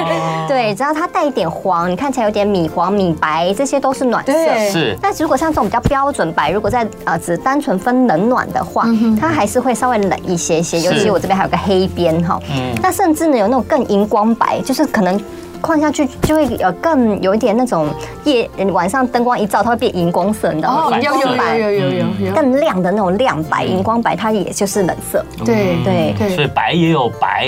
[SPEAKER 4] 对，只要它带一点黄，你看起来有点米黄、米白，这些都是暖色。
[SPEAKER 2] 对
[SPEAKER 3] 是
[SPEAKER 4] 但如果像这种比较标准白，如果在呃只单纯分冷暖的话，它还是会稍微冷一些些。
[SPEAKER 3] 嗯是
[SPEAKER 4] 尤其我这边还有个黑边哈
[SPEAKER 3] 嗯，
[SPEAKER 4] 那甚至呢有那种更荧光白，就是可能。框下去就会有更有一点那种夜晚上灯光一照，它会变荧光色，你知
[SPEAKER 3] 哦
[SPEAKER 4] 道吗？
[SPEAKER 2] 有有有有有有有。
[SPEAKER 4] 更亮的那种亮白、荧光白，它也就是冷色。
[SPEAKER 2] 对
[SPEAKER 3] 嗯
[SPEAKER 4] 对
[SPEAKER 2] 对
[SPEAKER 3] 所以白也有白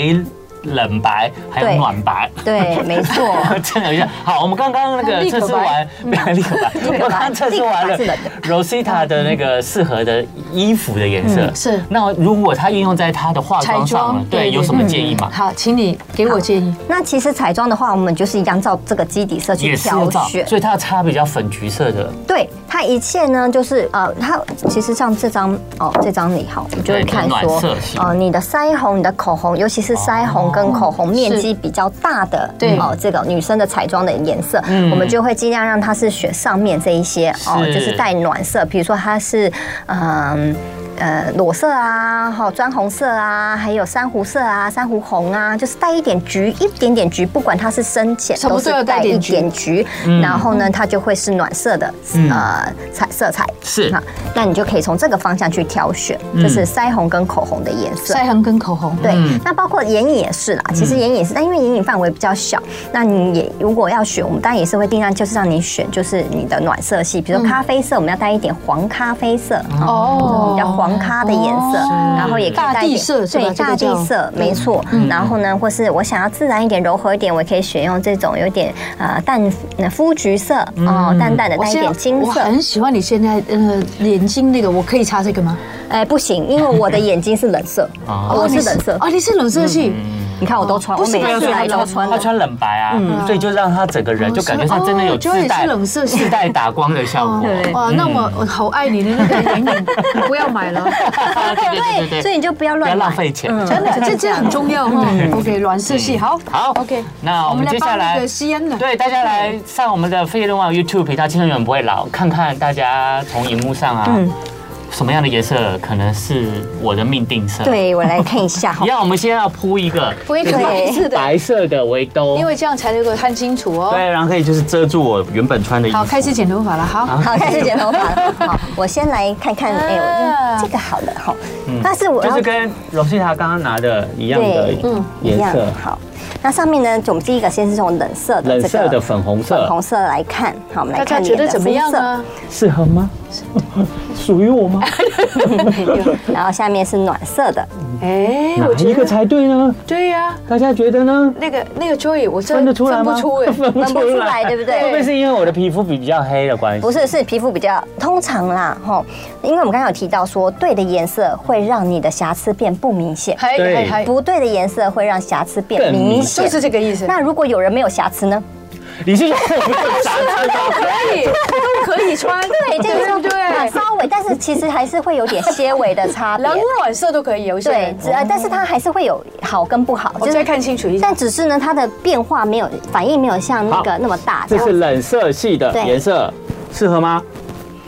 [SPEAKER 3] 冷白，还有
[SPEAKER 4] 对
[SPEAKER 3] 暖白。
[SPEAKER 4] 对，没错。
[SPEAKER 3] 真的有点好，我们刚刚那
[SPEAKER 2] 还有
[SPEAKER 3] 个
[SPEAKER 2] 立可
[SPEAKER 3] 测试
[SPEAKER 2] 白
[SPEAKER 3] 完，没有立可白，我们刚刚测试完了
[SPEAKER 4] 立可白
[SPEAKER 3] Rosita 的那个适合的衣服的颜色
[SPEAKER 2] 嗯是
[SPEAKER 3] 那如果它应用在她的化妆上
[SPEAKER 2] 彩
[SPEAKER 3] 了
[SPEAKER 2] 妆，
[SPEAKER 3] 对，
[SPEAKER 2] 对嗯
[SPEAKER 3] 有什么建议吗？
[SPEAKER 2] 好，请你给我建议。
[SPEAKER 4] 那其实彩妆的话，我们就是一样照这个基底色去
[SPEAKER 3] 也是要
[SPEAKER 4] 挑
[SPEAKER 3] 照，
[SPEAKER 4] 选。嗯
[SPEAKER 3] 所以它要擦比较粉橘色的，
[SPEAKER 4] 对它一切呢，就是呃，它其实像这张哦，这张你好，我就会看
[SPEAKER 3] 对暖
[SPEAKER 4] 说
[SPEAKER 3] 色系，
[SPEAKER 4] 呃，你的腮红、你的口红，尤其是腮红跟口红面积比较大的，
[SPEAKER 2] 嗯对
[SPEAKER 4] 哦，这个女生的彩妆的颜色，
[SPEAKER 3] 嗯
[SPEAKER 4] 我们就会尽量让它是选上面这一些哦，
[SPEAKER 3] 是
[SPEAKER 4] 就是带暖色，比如说它是嗯。呃，裸色啊，哈，砖红色啊，还有珊瑚色啊，珊瑚红啊，就是带一点橘，一点点橘，不管它是深浅，
[SPEAKER 2] 什么都要
[SPEAKER 4] 是
[SPEAKER 2] 带
[SPEAKER 4] 带
[SPEAKER 2] 点
[SPEAKER 4] 一
[SPEAKER 2] 橘
[SPEAKER 4] 点橘，然后呢，它就会是暖色的，呃，彩色彩
[SPEAKER 3] 是
[SPEAKER 4] 那那你就可以从这个方向去挑选，就是腮红跟口红的颜色。
[SPEAKER 2] 腮红跟口红，
[SPEAKER 4] 对，那包括眼影也是啦。
[SPEAKER 2] 嗯
[SPEAKER 4] 其实眼影也是，但因为眼影范围比较小，那你也如果要选，我们当然也是会尽量就是让你选，就是你的暖色系，比如说咖啡色，我们要带一点黄咖啡色，
[SPEAKER 2] 嗯哦
[SPEAKER 4] 比较黄咖的颜色，然后也可以带一
[SPEAKER 2] 大地
[SPEAKER 4] 点
[SPEAKER 2] 色是吧
[SPEAKER 4] 对，
[SPEAKER 2] 这个
[SPEAKER 4] 大
[SPEAKER 2] 叫嗯
[SPEAKER 4] 地色没错。然后呢，或是我想要自然一点、柔和一点，我也可以选用这种有点呃淡呃肤橘色哦，淡淡的带一点金
[SPEAKER 2] 嗯我
[SPEAKER 4] 色。
[SPEAKER 2] 很喜欢你现在呃眼睛那个，我可以擦这个吗？
[SPEAKER 4] 哎，不行，因为我的眼睛是冷色，我是冷色。
[SPEAKER 2] 哦，你是冷色系，
[SPEAKER 3] 嗯
[SPEAKER 4] 你看我都穿，我每
[SPEAKER 2] 不是
[SPEAKER 4] 次来都穿
[SPEAKER 3] 她
[SPEAKER 4] 了。
[SPEAKER 3] 穿冷白啊，所以就让她整个人就感觉她
[SPEAKER 2] 哦
[SPEAKER 3] 真的有
[SPEAKER 2] 就也
[SPEAKER 3] 自
[SPEAKER 2] 是
[SPEAKER 3] 带
[SPEAKER 2] 冷色系
[SPEAKER 3] 自带打光的效果。
[SPEAKER 4] 对
[SPEAKER 2] 哦哇，
[SPEAKER 3] 嗯
[SPEAKER 2] 那我我好爱你的那个眼影，不要买了，
[SPEAKER 3] 对对对对
[SPEAKER 4] 所
[SPEAKER 3] 对，
[SPEAKER 4] 以你就不要
[SPEAKER 3] 不要
[SPEAKER 4] 乱
[SPEAKER 3] 浪
[SPEAKER 4] 买。
[SPEAKER 3] 费钱。
[SPEAKER 2] 真的，这这很重要哈。OK，暖色系好，
[SPEAKER 3] 嗯好
[SPEAKER 2] ，OK，
[SPEAKER 3] 那我们接下
[SPEAKER 2] 我们来帮
[SPEAKER 3] 来
[SPEAKER 2] 那个吸烟的
[SPEAKER 3] 对大家来
[SPEAKER 2] 嗯
[SPEAKER 3] 上我们的飞轮网 YouTube 频道，青春永远不会老，看看大家从荧幕上啊。什么样的颜色可能是我的命定色。，
[SPEAKER 4] 对我来看一下哈
[SPEAKER 3] 一，样，我们先 要铺一个
[SPEAKER 2] 不一个
[SPEAKER 4] 对
[SPEAKER 2] 白色的，
[SPEAKER 3] 白色的围兜，
[SPEAKER 2] 因为这样才能够看清楚哦。
[SPEAKER 3] 对，然后可以就是遮住我原本穿的衣服。
[SPEAKER 2] 好，开始剪头发了，好。
[SPEAKER 4] 好，开始剪头发了。好，我先来看看，哎、
[SPEAKER 2] 啊
[SPEAKER 4] 我这个好了哈。但是
[SPEAKER 3] 嗯
[SPEAKER 4] 我
[SPEAKER 3] 就
[SPEAKER 4] 要
[SPEAKER 3] 是跟柔西塔刚刚拿的一样的
[SPEAKER 4] 对，嗯，一
[SPEAKER 3] 颜
[SPEAKER 4] 样
[SPEAKER 3] 色，
[SPEAKER 4] 好。那上面呢，我们第一个先是从冷色的
[SPEAKER 3] 冷
[SPEAKER 4] 这
[SPEAKER 3] 色
[SPEAKER 4] 个
[SPEAKER 3] 的粉红
[SPEAKER 4] 粉
[SPEAKER 3] 色
[SPEAKER 4] 红色来看，好，我们
[SPEAKER 2] 大
[SPEAKER 4] 来
[SPEAKER 2] 家
[SPEAKER 4] 看
[SPEAKER 2] 觉
[SPEAKER 4] 你
[SPEAKER 2] 得
[SPEAKER 4] 的
[SPEAKER 2] 怎么
[SPEAKER 4] 肤
[SPEAKER 2] 样啊
[SPEAKER 4] 色。
[SPEAKER 2] 呢？
[SPEAKER 3] 适合吗？ 属于我吗？
[SPEAKER 4] 然后下面是暖色的，
[SPEAKER 2] 哎，
[SPEAKER 3] 哪
[SPEAKER 2] 我觉
[SPEAKER 3] 一个
[SPEAKER 2] 得
[SPEAKER 3] 才对呢？
[SPEAKER 2] 对呀，
[SPEAKER 3] 大家觉得呢？
[SPEAKER 2] 那个那个 Joy，我真
[SPEAKER 3] 分得出来
[SPEAKER 2] 分
[SPEAKER 3] 吗？
[SPEAKER 2] 不出哎。
[SPEAKER 3] 分不
[SPEAKER 4] 分不出来，对
[SPEAKER 3] 会
[SPEAKER 4] 不
[SPEAKER 3] 不会
[SPEAKER 4] 对？
[SPEAKER 3] 是因为我的皮肤比较黑的关系？
[SPEAKER 4] 不是，是皮肤比较通常啦，吼，因为我们刚刚有提到说，对的颜色会让你的瑕疵变不明显，
[SPEAKER 2] 还
[SPEAKER 3] 对
[SPEAKER 2] 还还，
[SPEAKER 4] 不对的颜色会让瑕疵变
[SPEAKER 3] 更
[SPEAKER 4] 明
[SPEAKER 3] 明
[SPEAKER 4] 显
[SPEAKER 2] 就。是这个意思。
[SPEAKER 4] 那如果有人没有瑕疵呢？
[SPEAKER 3] 你是说我没有瑕疵吗？
[SPEAKER 2] 可以都可以穿，
[SPEAKER 4] 对，哎这个
[SPEAKER 2] 对
[SPEAKER 4] 是
[SPEAKER 2] 不对？
[SPEAKER 4] 稍微，但是其实还是会有点些微的差别
[SPEAKER 2] 冷。暖色都可以，有一些
[SPEAKER 4] 对
[SPEAKER 2] 人，。哦
[SPEAKER 4] 只呃但是它还是会有好跟不好，
[SPEAKER 2] 我再看清楚一下
[SPEAKER 4] 但。只是呢，它的变化没有反应没有像那个
[SPEAKER 3] 好
[SPEAKER 4] 那么大。
[SPEAKER 3] 这是冷色系的
[SPEAKER 4] 对
[SPEAKER 3] 颜色，适合吗？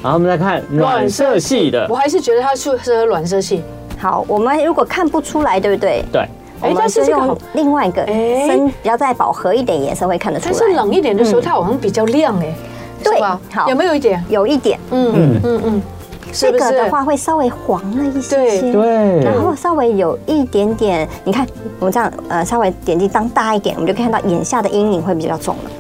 [SPEAKER 3] 然后我们再看暖色系的
[SPEAKER 2] 我，还是觉得它适适合暖色系。
[SPEAKER 4] 好，我们如果看不出来，对不对？
[SPEAKER 3] 对，
[SPEAKER 2] 哎
[SPEAKER 4] 我们
[SPEAKER 2] 但是
[SPEAKER 4] 就
[SPEAKER 2] 这个好
[SPEAKER 4] 用另外一个
[SPEAKER 2] 哎
[SPEAKER 4] 深比较再饱和一点颜色会看得出
[SPEAKER 2] 但是
[SPEAKER 4] 来。
[SPEAKER 2] 冷一点的时候，它好像比较亮哎，
[SPEAKER 4] 对
[SPEAKER 2] 是吧？
[SPEAKER 4] 好
[SPEAKER 2] 有没有一点？
[SPEAKER 4] 有一点，
[SPEAKER 2] 嗯嗯嗯，
[SPEAKER 4] 这
[SPEAKER 2] 是不
[SPEAKER 4] 个
[SPEAKER 2] 是？
[SPEAKER 4] 的话会稍微黄了一些
[SPEAKER 2] 对
[SPEAKER 4] 些，
[SPEAKER 3] 对
[SPEAKER 4] 然后稍微有一点点，你看我们这样呃稍微眼睛当大一点，我们就可以看到眼下的阴影会比较重了。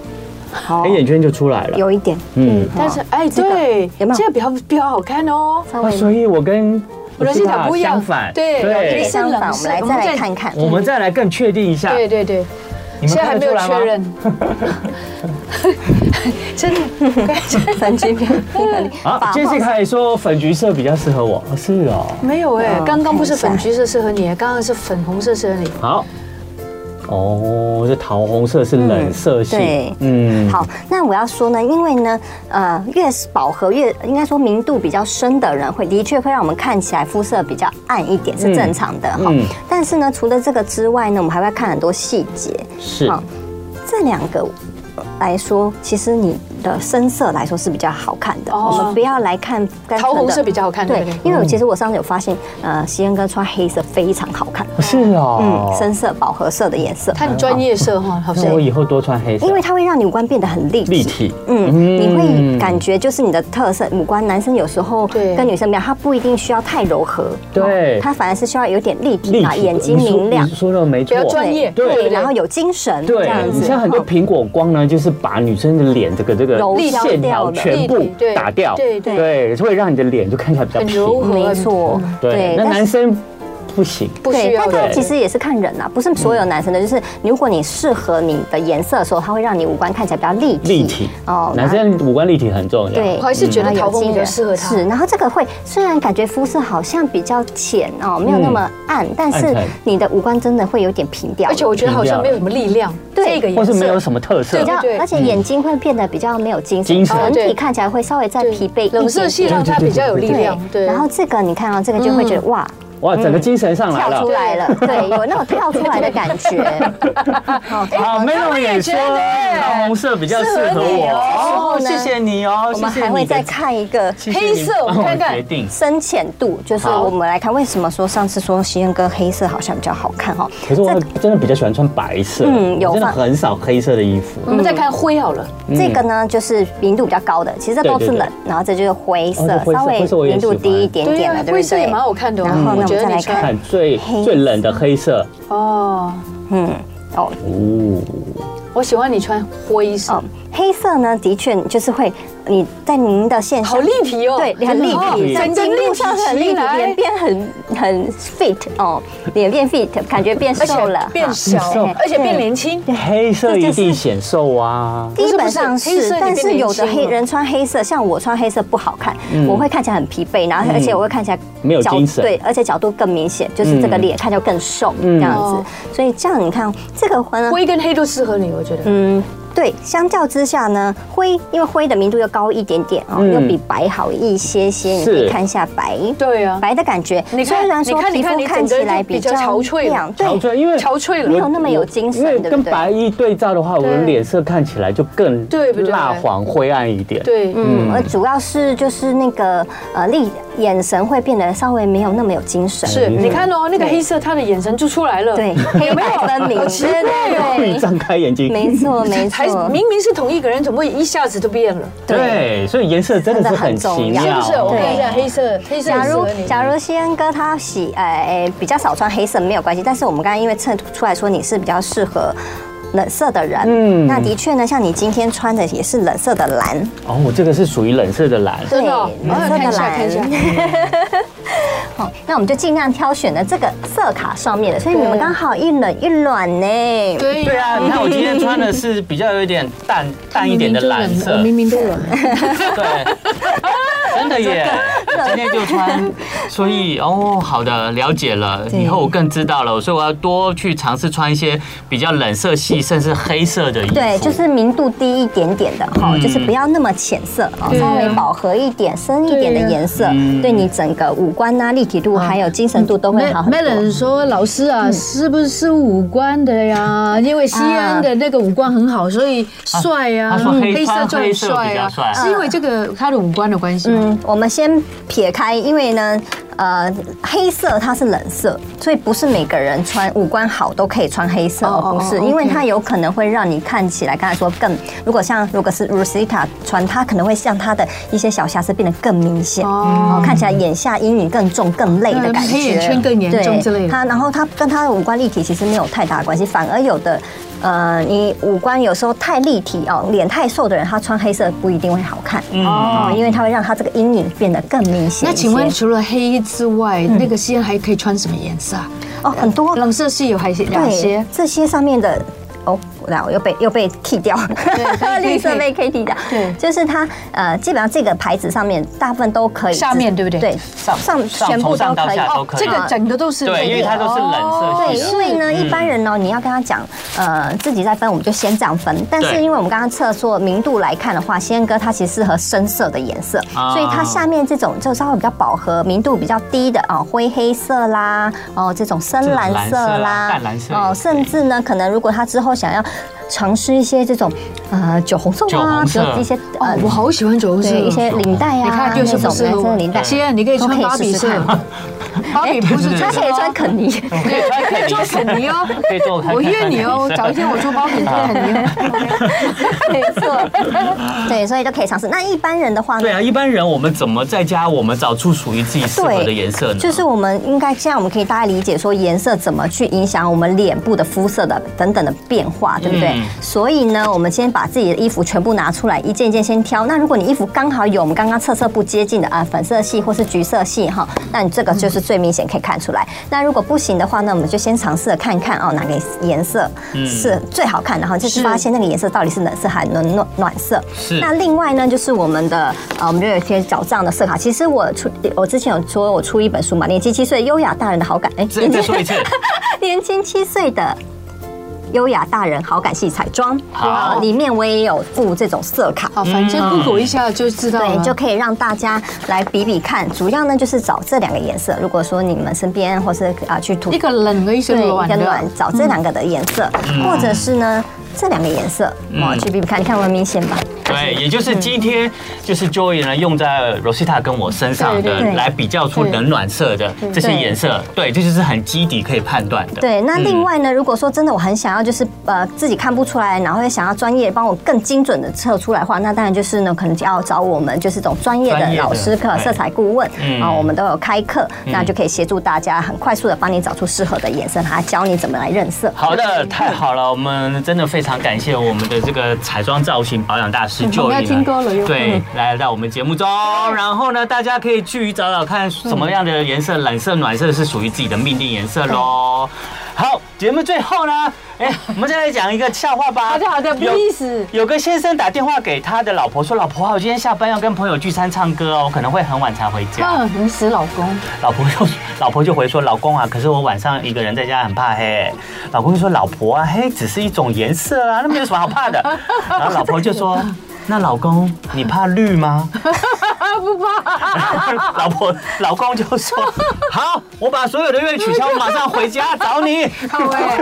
[SPEAKER 4] 好
[SPEAKER 3] 黑眼圈就出来了。
[SPEAKER 4] 有一点，
[SPEAKER 3] 嗯
[SPEAKER 4] 嗯，
[SPEAKER 2] 但是哎，
[SPEAKER 4] 这个
[SPEAKER 2] 对，
[SPEAKER 4] 有没有
[SPEAKER 2] 这个比较比较好看哦。
[SPEAKER 4] 稍
[SPEAKER 3] 啊
[SPEAKER 4] 微
[SPEAKER 3] 所以我跟
[SPEAKER 2] 柔西塔不一样
[SPEAKER 3] 相反，
[SPEAKER 2] 对
[SPEAKER 3] 对
[SPEAKER 2] 柔西塔
[SPEAKER 4] 相哎反，我们来再嗯来看看。
[SPEAKER 3] 我 们再来更确定一
[SPEAKER 4] 啊
[SPEAKER 3] 下，
[SPEAKER 2] 对对对，
[SPEAKER 3] 你
[SPEAKER 2] 现在
[SPEAKER 3] 们
[SPEAKER 2] 还
[SPEAKER 3] 看
[SPEAKER 2] 没
[SPEAKER 3] 得
[SPEAKER 2] 有
[SPEAKER 3] 出
[SPEAKER 2] 确
[SPEAKER 3] 来吗？
[SPEAKER 2] 认。 真的，
[SPEAKER 4] 神经病，
[SPEAKER 3] 啊
[SPEAKER 4] 把
[SPEAKER 3] ，Jessica 也说粉橘色比较适合我，哦是哦。
[SPEAKER 2] 没有哎，
[SPEAKER 4] 嗯
[SPEAKER 2] 刚刚不是粉
[SPEAKER 4] 看一下
[SPEAKER 2] 橘色适合你，刚刚是粉红色适合你。
[SPEAKER 3] 好，哦，这桃红色是冷色系
[SPEAKER 4] 嗯对，
[SPEAKER 3] 嗯，
[SPEAKER 4] 好，那我要说呢，因为呢，呃，越是饱和越应该说明度比较深的人会，的确会让我们看起来肤色比较暗一点，是正常的哈、
[SPEAKER 3] 嗯
[SPEAKER 4] 但是呢，除了这个之外呢，我们还会看很多细节。
[SPEAKER 3] 是
[SPEAKER 4] 好这两个来说，其实你的深色来说是比较好看的。
[SPEAKER 2] 哦
[SPEAKER 4] 我们不要来看单纯的
[SPEAKER 2] 桃红色比较好看对
[SPEAKER 4] 对
[SPEAKER 2] 不对，嗯
[SPEAKER 4] 因为我其实我上次有发现，呃，西恩哥穿黑色非常好看，
[SPEAKER 3] 是哦
[SPEAKER 4] 嗯，，深色饱和色的颜色。
[SPEAKER 2] 他很专业色哈，好像
[SPEAKER 3] 那我以后多穿黑色，
[SPEAKER 4] 因为它会让你五官变得很立体，
[SPEAKER 3] 立体
[SPEAKER 4] 嗯，你
[SPEAKER 3] 嗯
[SPEAKER 4] 会感觉就是你的特色五官，男生有时候
[SPEAKER 2] 对
[SPEAKER 4] 跟女生不一样，他不一定需要太柔和，
[SPEAKER 3] 对
[SPEAKER 4] 哦他反而是需要有点立体
[SPEAKER 3] 立
[SPEAKER 4] 啊，
[SPEAKER 3] 体，
[SPEAKER 4] 眼睛
[SPEAKER 3] 你说
[SPEAKER 4] 明亮
[SPEAKER 3] 你，说的没错
[SPEAKER 2] 比，较专业对
[SPEAKER 4] 对，
[SPEAKER 2] 对
[SPEAKER 4] 然后有精神，这
[SPEAKER 3] 对
[SPEAKER 4] 样，
[SPEAKER 3] 你
[SPEAKER 4] 子，
[SPEAKER 3] 像很多苹果光呢，就是把女生的脸这个这个
[SPEAKER 4] 柔焦
[SPEAKER 3] 线
[SPEAKER 4] 掉
[SPEAKER 3] 条
[SPEAKER 4] 了
[SPEAKER 3] 全部
[SPEAKER 2] 立体对
[SPEAKER 3] 打掉，
[SPEAKER 2] 对对
[SPEAKER 3] 对，会让你的脸就看起来比较
[SPEAKER 2] 很柔
[SPEAKER 3] 平。
[SPEAKER 2] 和，
[SPEAKER 4] 哦没错，
[SPEAKER 3] 嗯对，那
[SPEAKER 4] 但是
[SPEAKER 3] 男生不行，
[SPEAKER 2] 不需
[SPEAKER 4] 对，
[SPEAKER 2] 要
[SPEAKER 4] 但它
[SPEAKER 2] 的。
[SPEAKER 4] 其实也是看人啊，不是所
[SPEAKER 3] 嗯
[SPEAKER 4] 有男生的，就是如果你适合你的颜色的时候，它会让你五官看起来比较立体。
[SPEAKER 3] 立体
[SPEAKER 4] 哦嗯
[SPEAKER 3] 男生啊五官立体很重要。
[SPEAKER 4] 对，
[SPEAKER 2] 我还是觉得桃红比较适合他
[SPEAKER 4] 是，然后这个会虽然感觉肤色好像比较浅哦，没有那么暗，但是
[SPEAKER 3] 嗯暗沉
[SPEAKER 4] 你的五官真的会有点平掉，
[SPEAKER 2] 而且我觉得好像没有什么力量，
[SPEAKER 4] 对
[SPEAKER 2] 这个
[SPEAKER 3] 或
[SPEAKER 2] 颜
[SPEAKER 3] 是
[SPEAKER 2] 色
[SPEAKER 3] 没有什么特色
[SPEAKER 4] 比，较
[SPEAKER 2] 对对，
[SPEAKER 4] 而且眼睛会变得比较没有精
[SPEAKER 3] 嗯
[SPEAKER 4] 神，哦
[SPEAKER 3] 精神
[SPEAKER 4] 整
[SPEAKER 2] 对
[SPEAKER 4] 体看起来会稍微再
[SPEAKER 2] 对
[SPEAKER 4] 疲惫一点点。
[SPEAKER 2] 冷色系让它比较有力
[SPEAKER 4] 对
[SPEAKER 2] 量，对。
[SPEAKER 4] 然后这个你看啊，这个就会觉得哇。
[SPEAKER 3] 哇，整个精神上嗯来
[SPEAKER 4] 嗯跳
[SPEAKER 3] 了
[SPEAKER 4] 出。来了，对，有那种跳出来的感觉。 好，
[SPEAKER 3] 好，没有也说桃红色比较适合我
[SPEAKER 4] 哦
[SPEAKER 3] 谢谢你哦，
[SPEAKER 4] 我们还会再看一个
[SPEAKER 3] 谢谢你
[SPEAKER 2] 黑色我
[SPEAKER 3] 帮
[SPEAKER 2] 看看
[SPEAKER 3] 决定。
[SPEAKER 4] 深浅度，就是
[SPEAKER 3] 好
[SPEAKER 4] 我们来看为什么说上次说西恩哥黑色好像比较好看哈。
[SPEAKER 3] 可是我真的比较喜欢穿白色，
[SPEAKER 4] 嗯有
[SPEAKER 3] 我真的
[SPEAKER 4] 放
[SPEAKER 3] 很少黑色的衣服。
[SPEAKER 2] 我们
[SPEAKER 4] 嗯
[SPEAKER 2] 再看灰好了，
[SPEAKER 4] 这个呢就是明度比较高的，其实这都
[SPEAKER 3] 嗯
[SPEAKER 4] 是
[SPEAKER 3] 对对对
[SPEAKER 4] 冷，然后这就是灰色
[SPEAKER 3] 哦，这灰色
[SPEAKER 4] 稍微
[SPEAKER 3] 灰色我也
[SPEAKER 4] 明度
[SPEAKER 3] 喜欢
[SPEAKER 4] 低一点点
[SPEAKER 2] 对啊
[SPEAKER 4] 的，对
[SPEAKER 2] 灰
[SPEAKER 4] 不
[SPEAKER 2] 色也
[SPEAKER 4] 对？
[SPEAKER 2] 蛮好看的哦
[SPEAKER 4] 然后呢，
[SPEAKER 2] 我
[SPEAKER 4] 我
[SPEAKER 2] 觉
[SPEAKER 4] 们
[SPEAKER 2] 得
[SPEAKER 4] 再来
[SPEAKER 2] 你穿
[SPEAKER 4] 看，
[SPEAKER 3] 看最
[SPEAKER 4] 嗯黑
[SPEAKER 3] 最冷的黑色，
[SPEAKER 2] 哦，
[SPEAKER 4] 嗯，哦
[SPEAKER 3] 哦，
[SPEAKER 2] 我喜欢你穿灰色
[SPEAKER 4] 哦，，黑色呢的确就是会你在您的线上
[SPEAKER 2] 好立体哦，
[SPEAKER 4] 对，很立体，
[SPEAKER 2] 真
[SPEAKER 4] 在
[SPEAKER 2] 的
[SPEAKER 4] 进
[SPEAKER 2] 立
[SPEAKER 4] 路
[SPEAKER 2] 体
[SPEAKER 4] 上是很立
[SPEAKER 2] 起
[SPEAKER 4] 体，
[SPEAKER 2] 来
[SPEAKER 4] 脸变很很 fit 哦，脸变 fit，感觉变
[SPEAKER 2] 而且
[SPEAKER 4] 啊瘦了，嗯
[SPEAKER 2] 变
[SPEAKER 3] 变
[SPEAKER 2] 小
[SPEAKER 3] 瘦，
[SPEAKER 2] 而且变年轻，
[SPEAKER 3] 黑色一定显瘦啊。
[SPEAKER 4] 基本上
[SPEAKER 2] 不是
[SPEAKER 4] 是
[SPEAKER 2] 不是黑色，
[SPEAKER 4] 但是有的
[SPEAKER 2] 你变年轻
[SPEAKER 4] 黑
[SPEAKER 2] 了
[SPEAKER 4] 人穿黑色，像我穿黑色不好看，我会看起来很疲惫，然后而且我会看起来
[SPEAKER 3] 嗯没有
[SPEAKER 4] 角
[SPEAKER 3] 精神嗯
[SPEAKER 4] 对，而且角度更明显，就是这个脸看起来更瘦这样
[SPEAKER 2] 哦
[SPEAKER 4] 子。所以这样你看这个呢，
[SPEAKER 2] 灰跟黑都适合你，我觉得。
[SPEAKER 4] 嗯，对，相较之下呢，灰因为灰的明度要高一点点哦，
[SPEAKER 3] 嗯
[SPEAKER 4] 又比白好一些些。你
[SPEAKER 3] 是
[SPEAKER 4] 可以看一下白，
[SPEAKER 2] 对啊
[SPEAKER 4] 白的感觉。
[SPEAKER 2] 你看
[SPEAKER 4] 虽然说
[SPEAKER 2] 你看
[SPEAKER 4] 皮
[SPEAKER 2] 你看
[SPEAKER 4] 肤
[SPEAKER 2] 你
[SPEAKER 4] 看起
[SPEAKER 2] 整个
[SPEAKER 4] 来
[SPEAKER 2] 就比
[SPEAKER 4] 较
[SPEAKER 2] 较憔悴了
[SPEAKER 4] 亮
[SPEAKER 3] 憔
[SPEAKER 4] 对，
[SPEAKER 3] 悴，因为
[SPEAKER 2] 憔悴了
[SPEAKER 4] 没有那么有精神
[SPEAKER 3] 因为
[SPEAKER 4] 对不
[SPEAKER 3] 跟
[SPEAKER 4] 对
[SPEAKER 3] 白衣对照的话，我的
[SPEAKER 2] 对
[SPEAKER 3] 脸色看起来就更
[SPEAKER 2] 对不对
[SPEAKER 3] 蜡黄灰暗一点。
[SPEAKER 2] 对，
[SPEAKER 4] 嗯，而主要是就是那个呃，力眼神会变得稍微没有那么有精神。
[SPEAKER 2] 是，
[SPEAKER 3] 嗯
[SPEAKER 2] 你看哦，那个黑色，他的眼神就出来了，
[SPEAKER 4] 对，黑白分明，对
[SPEAKER 3] 你
[SPEAKER 4] 对对，
[SPEAKER 3] 张开眼睛，
[SPEAKER 4] 没错没
[SPEAKER 2] 还
[SPEAKER 4] 错，
[SPEAKER 2] 哦明明是同一个人，怎么会一下子就变了？
[SPEAKER 3] 对，所以颜色真的是很奇
[SPEAKER 4] 真的很重
[SPEAKER 2] 是
[SPEAKER 3] 妙
[SPEAKER 4] 要
[SPEAKER 2] 不是？我
[SPEAKER 3] 哦。
[SPEAKER 2] 看一下黑色，黑色
[SPEAKER 4] 假
[SPEAKER 2] 很适
[SPEAKER 4] 如
[SPEAKER 2] 合你。
[SPEAKER 4] 假如西恩哥他喜呃诶比较少穿黑色没有关系，但是我们刚刚因为测出来说你是比较适合冷色的人，
[SPEAKER 3] 嗯
[SPEAKER 4] 嗯，那的确呢，像你今天穿的也是冷色的蓝，
[SPEAKER 3] 哦，我这个是属于冷色的蓝，
[SPEAKER 2] 真的哦，
[SPEAKER 4] 对
[SPEAKER 2] 啊
[SPEAKER 4] 蓝色的
[SPEAKER 2] 看一下，
[SPEAKER 4] 蓝
[SPEAKER 2] 看一下，
[SPEAKER 4] 哦，那我们就尽量挑选的这个色卡上面的，所以你们
[SPEAKER 2] 对
[SPEAKER 4] 刚好一冷一暖呢，
[SPEAKER 2] 对
[SPEAKER 5] 对啊，你看我今天穿的是比较有一点淡淡一点的蓝色，
[SPEAKER 2] 明明都冷，
[SPEAKER 5] 对，真的耶，今天就穿，所以哦，好的，了解了，
[SPEAKER 4] 对
[SPEAKER 5] 以后我更知道了，所以我要多去尝试穿一些比较冷色系，甚至黑色的衣服。
[SPEAKER 4] 对，就是明度低一点点的哈，
[SPEAKER 5] 嗯
[SPEAKER 4] 就是不要那么浅色啊，
[SPEAKER 2] 对啊
[SPEAKER 4] 稍微饱和一点、深一点的颜色
[SPEAKER 5] 嗯，
[SPEAKER 4] 对你整个五官啊呐、立体度还有精神度都会好很
[SPEAKER 2] Mel-
[SPEAKER 4] 多。
[SPEAKER 2] Melon 说：“老师
[SPEAKER 5] 嗯
[SPEAKER 2] 啊，是不是五官的呀？因为西安的那个五官很好，所以帅呀、
[SPEAKER 5] 啊啊他说黑
[SPEAKER 2] 色就很帅
[SPEAKER 5] 穿黑色比较
[SPEAKER 2] 啊
[SPEAKER 5] 帅，
[SPEAKER 2] 是因为这个他的五官的关系吗？
[SPEAKER 4] 嗯，我们先撇开，因为呢，呃，黑色它是冷色，所以不是每个人穿五官好都可以穿黑色，
[SPEAKER 2] 哦哦
[SPEAKER 4] 哦，不是，
[SPEAKER 2] 哦
[SPEAKER 4] 因为
[SPEAKER 2] OK
[SPEAKER 4] 它有可能会让你看起来，刚才说更，如果像如果是 Rosita 穿，它可能会像她的一些小瑕疵变得更明显，
[SPEAKER 2] 哦
[SPEAKER 4] 哦，看起来眼下阴影更重、更累的感觉，
[SPEAKER 2] 嗯黑眼圈更严重之类的
[SPEAKER 4] 对它然后它跟它的五官立体其实没有太大关系，反而有的。呃，你五官有时候太立体哦，脸太瘦的人，他穿黑色不一定会好看
[SPEAKER 5] 嗯
[SPEAKER 4] 哦，因为它会让他这个阴影变得更明显一些。
[SPEAKER 2] 那请问除了黑之外，
[SPEAKER 5] 嗯
[SPEAKER 2] 那个西安还可以穿什么颜色啊？
[SPEAKER 4] 哦，很多
[SPEAKER 2] 冷色系有还是哪些
[SPEAKER 4] 对？这些上面的哦，来我又被又被剃掉，
[SPEAKER 2] 可以
[SPEAKER 4] 绿色
[SPEAKER 2] 可以
[SPEAKER 4] 被 K 剃掉。
[SPEAKER 2] 对
[SPEAKER 4] 就是它呃，基本上这个牌子上面大部分都可以自，
[SPEAKER 2] 下面对不对
[SPEAKER 4] 对，
[SPEAKER 5] 上
[SPEAKER 4] 上
[SPEAKER 5] 上
[SPEAKER 4] 全
[SPEAKER 5] 从
[SPEAKER 4] 部都
[SPEAKER 5] 上到
[SPEAKER 4] 可以。
[SPEAKER 5] 下
[SPEAKER 4] 哦
[SPEAKER 5] 都可以。
[SPEAKER 2] 这个整个哦都是
[SPEAKER 5] 对，因为它都是嗯冷色
[SPEAKER 4] 对，
[SPEAKER 5] 系的。
[SPEAKER 4] 因为呢，一般人呢，你要跟他讲，呃，自己在分，我们就先这样分。但是
[SPEAKER 5] 对
[SPEAKER 4] 因为我们刚刚测出明度来看的话，仙哥它其实适合深色的颜色，
[SPEAKER 5] 啊
[SPEAKER 4] 所以它下面这种就稍微比较饱和、明度比较低的啊，灰黑色啦，哦，这种深蓝色
[SPEAKER 5] 这种蓝
[SPEAKER 4] 啦，
[SPEAKER 5] 色啊淡蓝色
[SPEAKER 4] 哦，甚至呢，可能如果他之后想要尝试一些这种，呃，酒红色
[SPEAKER 5] 酒
[SPEAKER 4] 啊，
[SPEAKER 5] 红色
[SPEAKER 4] 一些
[SPEAKER 2] 哦
[SPEAKER 4] 呃，，
[SPEAKER 2] 我好喜欢酒红色
[SPEAKER 4] 对一些领带啊，
[SPEAKER 2] 你看就是
[SPEAKER 4] 那
[SPEAKER 2] 不
[SPEAKER 4] 种
[SPEAKER 2] 适
[SPEAKER 4] 蓝
[SPEAKER 2] 合
[SPEAKER 4] 色
[SPEAKER 2] 我
[SPEAKER 4] 的领带，
[SPEAKER 2] 西安，你可以穿
[SPEAKER 4] 都
[SPEAKER 2] 芭
[SPEAKER 4] 可以
[SPEAKER 2] 比
[SPEAKER 4] 试试
[SPEAKER 2] 色
[SPEAKER 4] 看，
[SPEAKER 2] 芭比不是
[SPEAKER 4] 他
[SPEAKER 2] 穿
[SPEAKER 4] 可以穿肯尼。
[SPEAKER 2] 可以做肯尼哦，
[SPEAKER 5] 可以做看看
[SPEAKER 2] 我约你哦，找一天我做包饼做肯 尼哦。
[SPEAKER 4] 没错，对，所以就可以尝试。那一般人的话呢
[SPEAKER 5] 对？啊，一般人我们怎么在家我们找出属于自己适合的颜色呢？
[SPEAKER 4] 就是我们应该现在我们可以大概理解说颜色怎么去影响我们脸部的肤色的等等的变化，对不对？
[SPEAKER 5] 嗯
[SPEAKER 4] 所以呢，我们先把自己的衣服全部拿出来，一件一件先挑。那如果你衣服刚好有我们刚刚测色不接近的啊，粉色系或是橘色系哈，那你这个就是最明显可以看出来。那如果不行的话呢，我们就先尝试着看看哦，哪个颜色
[SPEAKER 5] 嗯
[SPEAKER 4] 是最好看的哈，就是
[SPEAKER 2] 是
[SPEAKER 4] 发现那个颜色到底是冷色还是暖暖暖色。
[SPEAKER 5] 是
[SPEAKER 4] 那另外呢，就是我们的呃，我们就有一些找账的色卡。其实我出我之前有说我出一本书嘛，《年轻七岁优雅大人的好感》哎，
[SPEAKER 5] 再再说一次，
[SPEAKER 4] 年轻七岁的。优雅大人好感系彩妆，
[SPEAKER 5] 好
[SPEAKER 4] 呃里面我也有附这种色卡，
[SPEAKER 2] 好，反正 Google 一下就知道
[SPEAKER 4] 对，
[SPEAKER 2] 了。
[SPEAKER 4] 就可以让大家来比比看。主要呢就是找这两个颜色。如果说你们身边或是啊去涂
[SPEAKER 2] 一个冷的，一个
[SPEAKER 4] 对，一
[SPEAKER 2] 暖
[SPEAKER 4] 个
[SPEAKER 2] 的
[SPEAKER 4] 暖。，找这两个的颜色，或者是呢这两个颜色，我去比比看，你看我明显吧？
[SPEAKER 5] 对，也就是今天就是 Joy 呢用在 Rosita 跟我身上
[SPEAKER 2] 对
[SPEAKER 5] 的
[SPEAKER 4] 对对
[SPEAKER 5] 来比较出冷暖色的这些颜色，对，这就是很基底可以判断的。嗯
[SPEAKER 4] 对，那另外呢，如果说真的我很想要，就是呃自己看不出来，然后又想要专业帮我更精准的测出来的话，那当然就是呢，可能就要找我们就是这种专业
[SPEAKER 5] 专
[SPEAKER 4] 的
[SPEAKER 5] 业的
[SPEAKER 4] 老师课、
[SPEAKER 5] 对
[SPEAKER 4] 色彩顾问
[SPEAKER 5] 嗯
[SPEAKER 4] 啊，我们都有开课，那就可以协助大家很快速的帮你找出适合的颜色，还教你怎么来认色。
[SPEAKER 5] 好的，太好了，我们真的非常感谢我们的这个彩妆造型保养大师
[SPEAKER 2] 我
[SPEAKER 5] Joy
[SPEAKER 2] 们要听歌了
[SPEAKER 5] 呢
[SPEAKER 2] 又
[SPEAKER 5] 对，来到我们节目中，然后呢，大家可以去找找看什么样的颜色，冷色、暖色是属于自己的命定颜色喽。好，
[SPEAKER 3] 节目最后呢，哎，我们再来讲一个笑话吧。
[SPEAKER 2] 好的好的，不
[SPEAKER 3] 有
[SPEAKER 2] 意思。
[SPEAKER 3] 有个先生打电话给他的老婆说：“老婆啊，我今天下班要跟朋友聚餐唱歌哦，我可能会很晚才回家。
[SPEAKER 2] 那很死老公，
[SPEAKER 3] 老婆就老婆就回说：“老公啊，可是我晚上一个人在家很怕黑。”老公就说：“老婆啊，黑只是一种颜色啊，那没有什么好怕的。”然后老婆就 说：“那老公，你怕绿吗？” 不怕。老婆老公就说：“ 好，我把所有的月取消，我马上回家找 你。”
[SPEAKER 2] 好哎，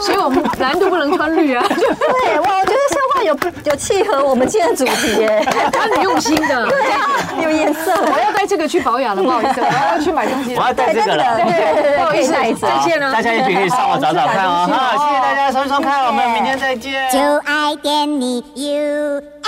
[SPEAKER 2] 所以我们难度不能穿绿啊，
[SPEAKER 4] 对，哇，我觉得笑话有有契合我们今天的主题 耶，
[SPEAKER 2] 他很用心的。
[SPEAKER 4] 对啊，有颜色，
[SPEAKER 2] 我要带这个去保养了，不好意思，我要去买东西
[SPEAKER 3] 我
[SPEAKER 2] 了。
[SPEAKER 3] 要带这个了。
[SPEAKER 4] 对对对，
[SPEAKER 2] 不好意思
[SPEAKER 4] 可以带一次
[SPEAKER 2] 再见啊
[SPEAKER 3] 大家也可以上网找找看哦。
[SPEAKER 2] 好
[SPEAKER 3] 好，谢谢大家收收看，我们明天再见。
[SPEAKER 6] 就爱点你 UFO。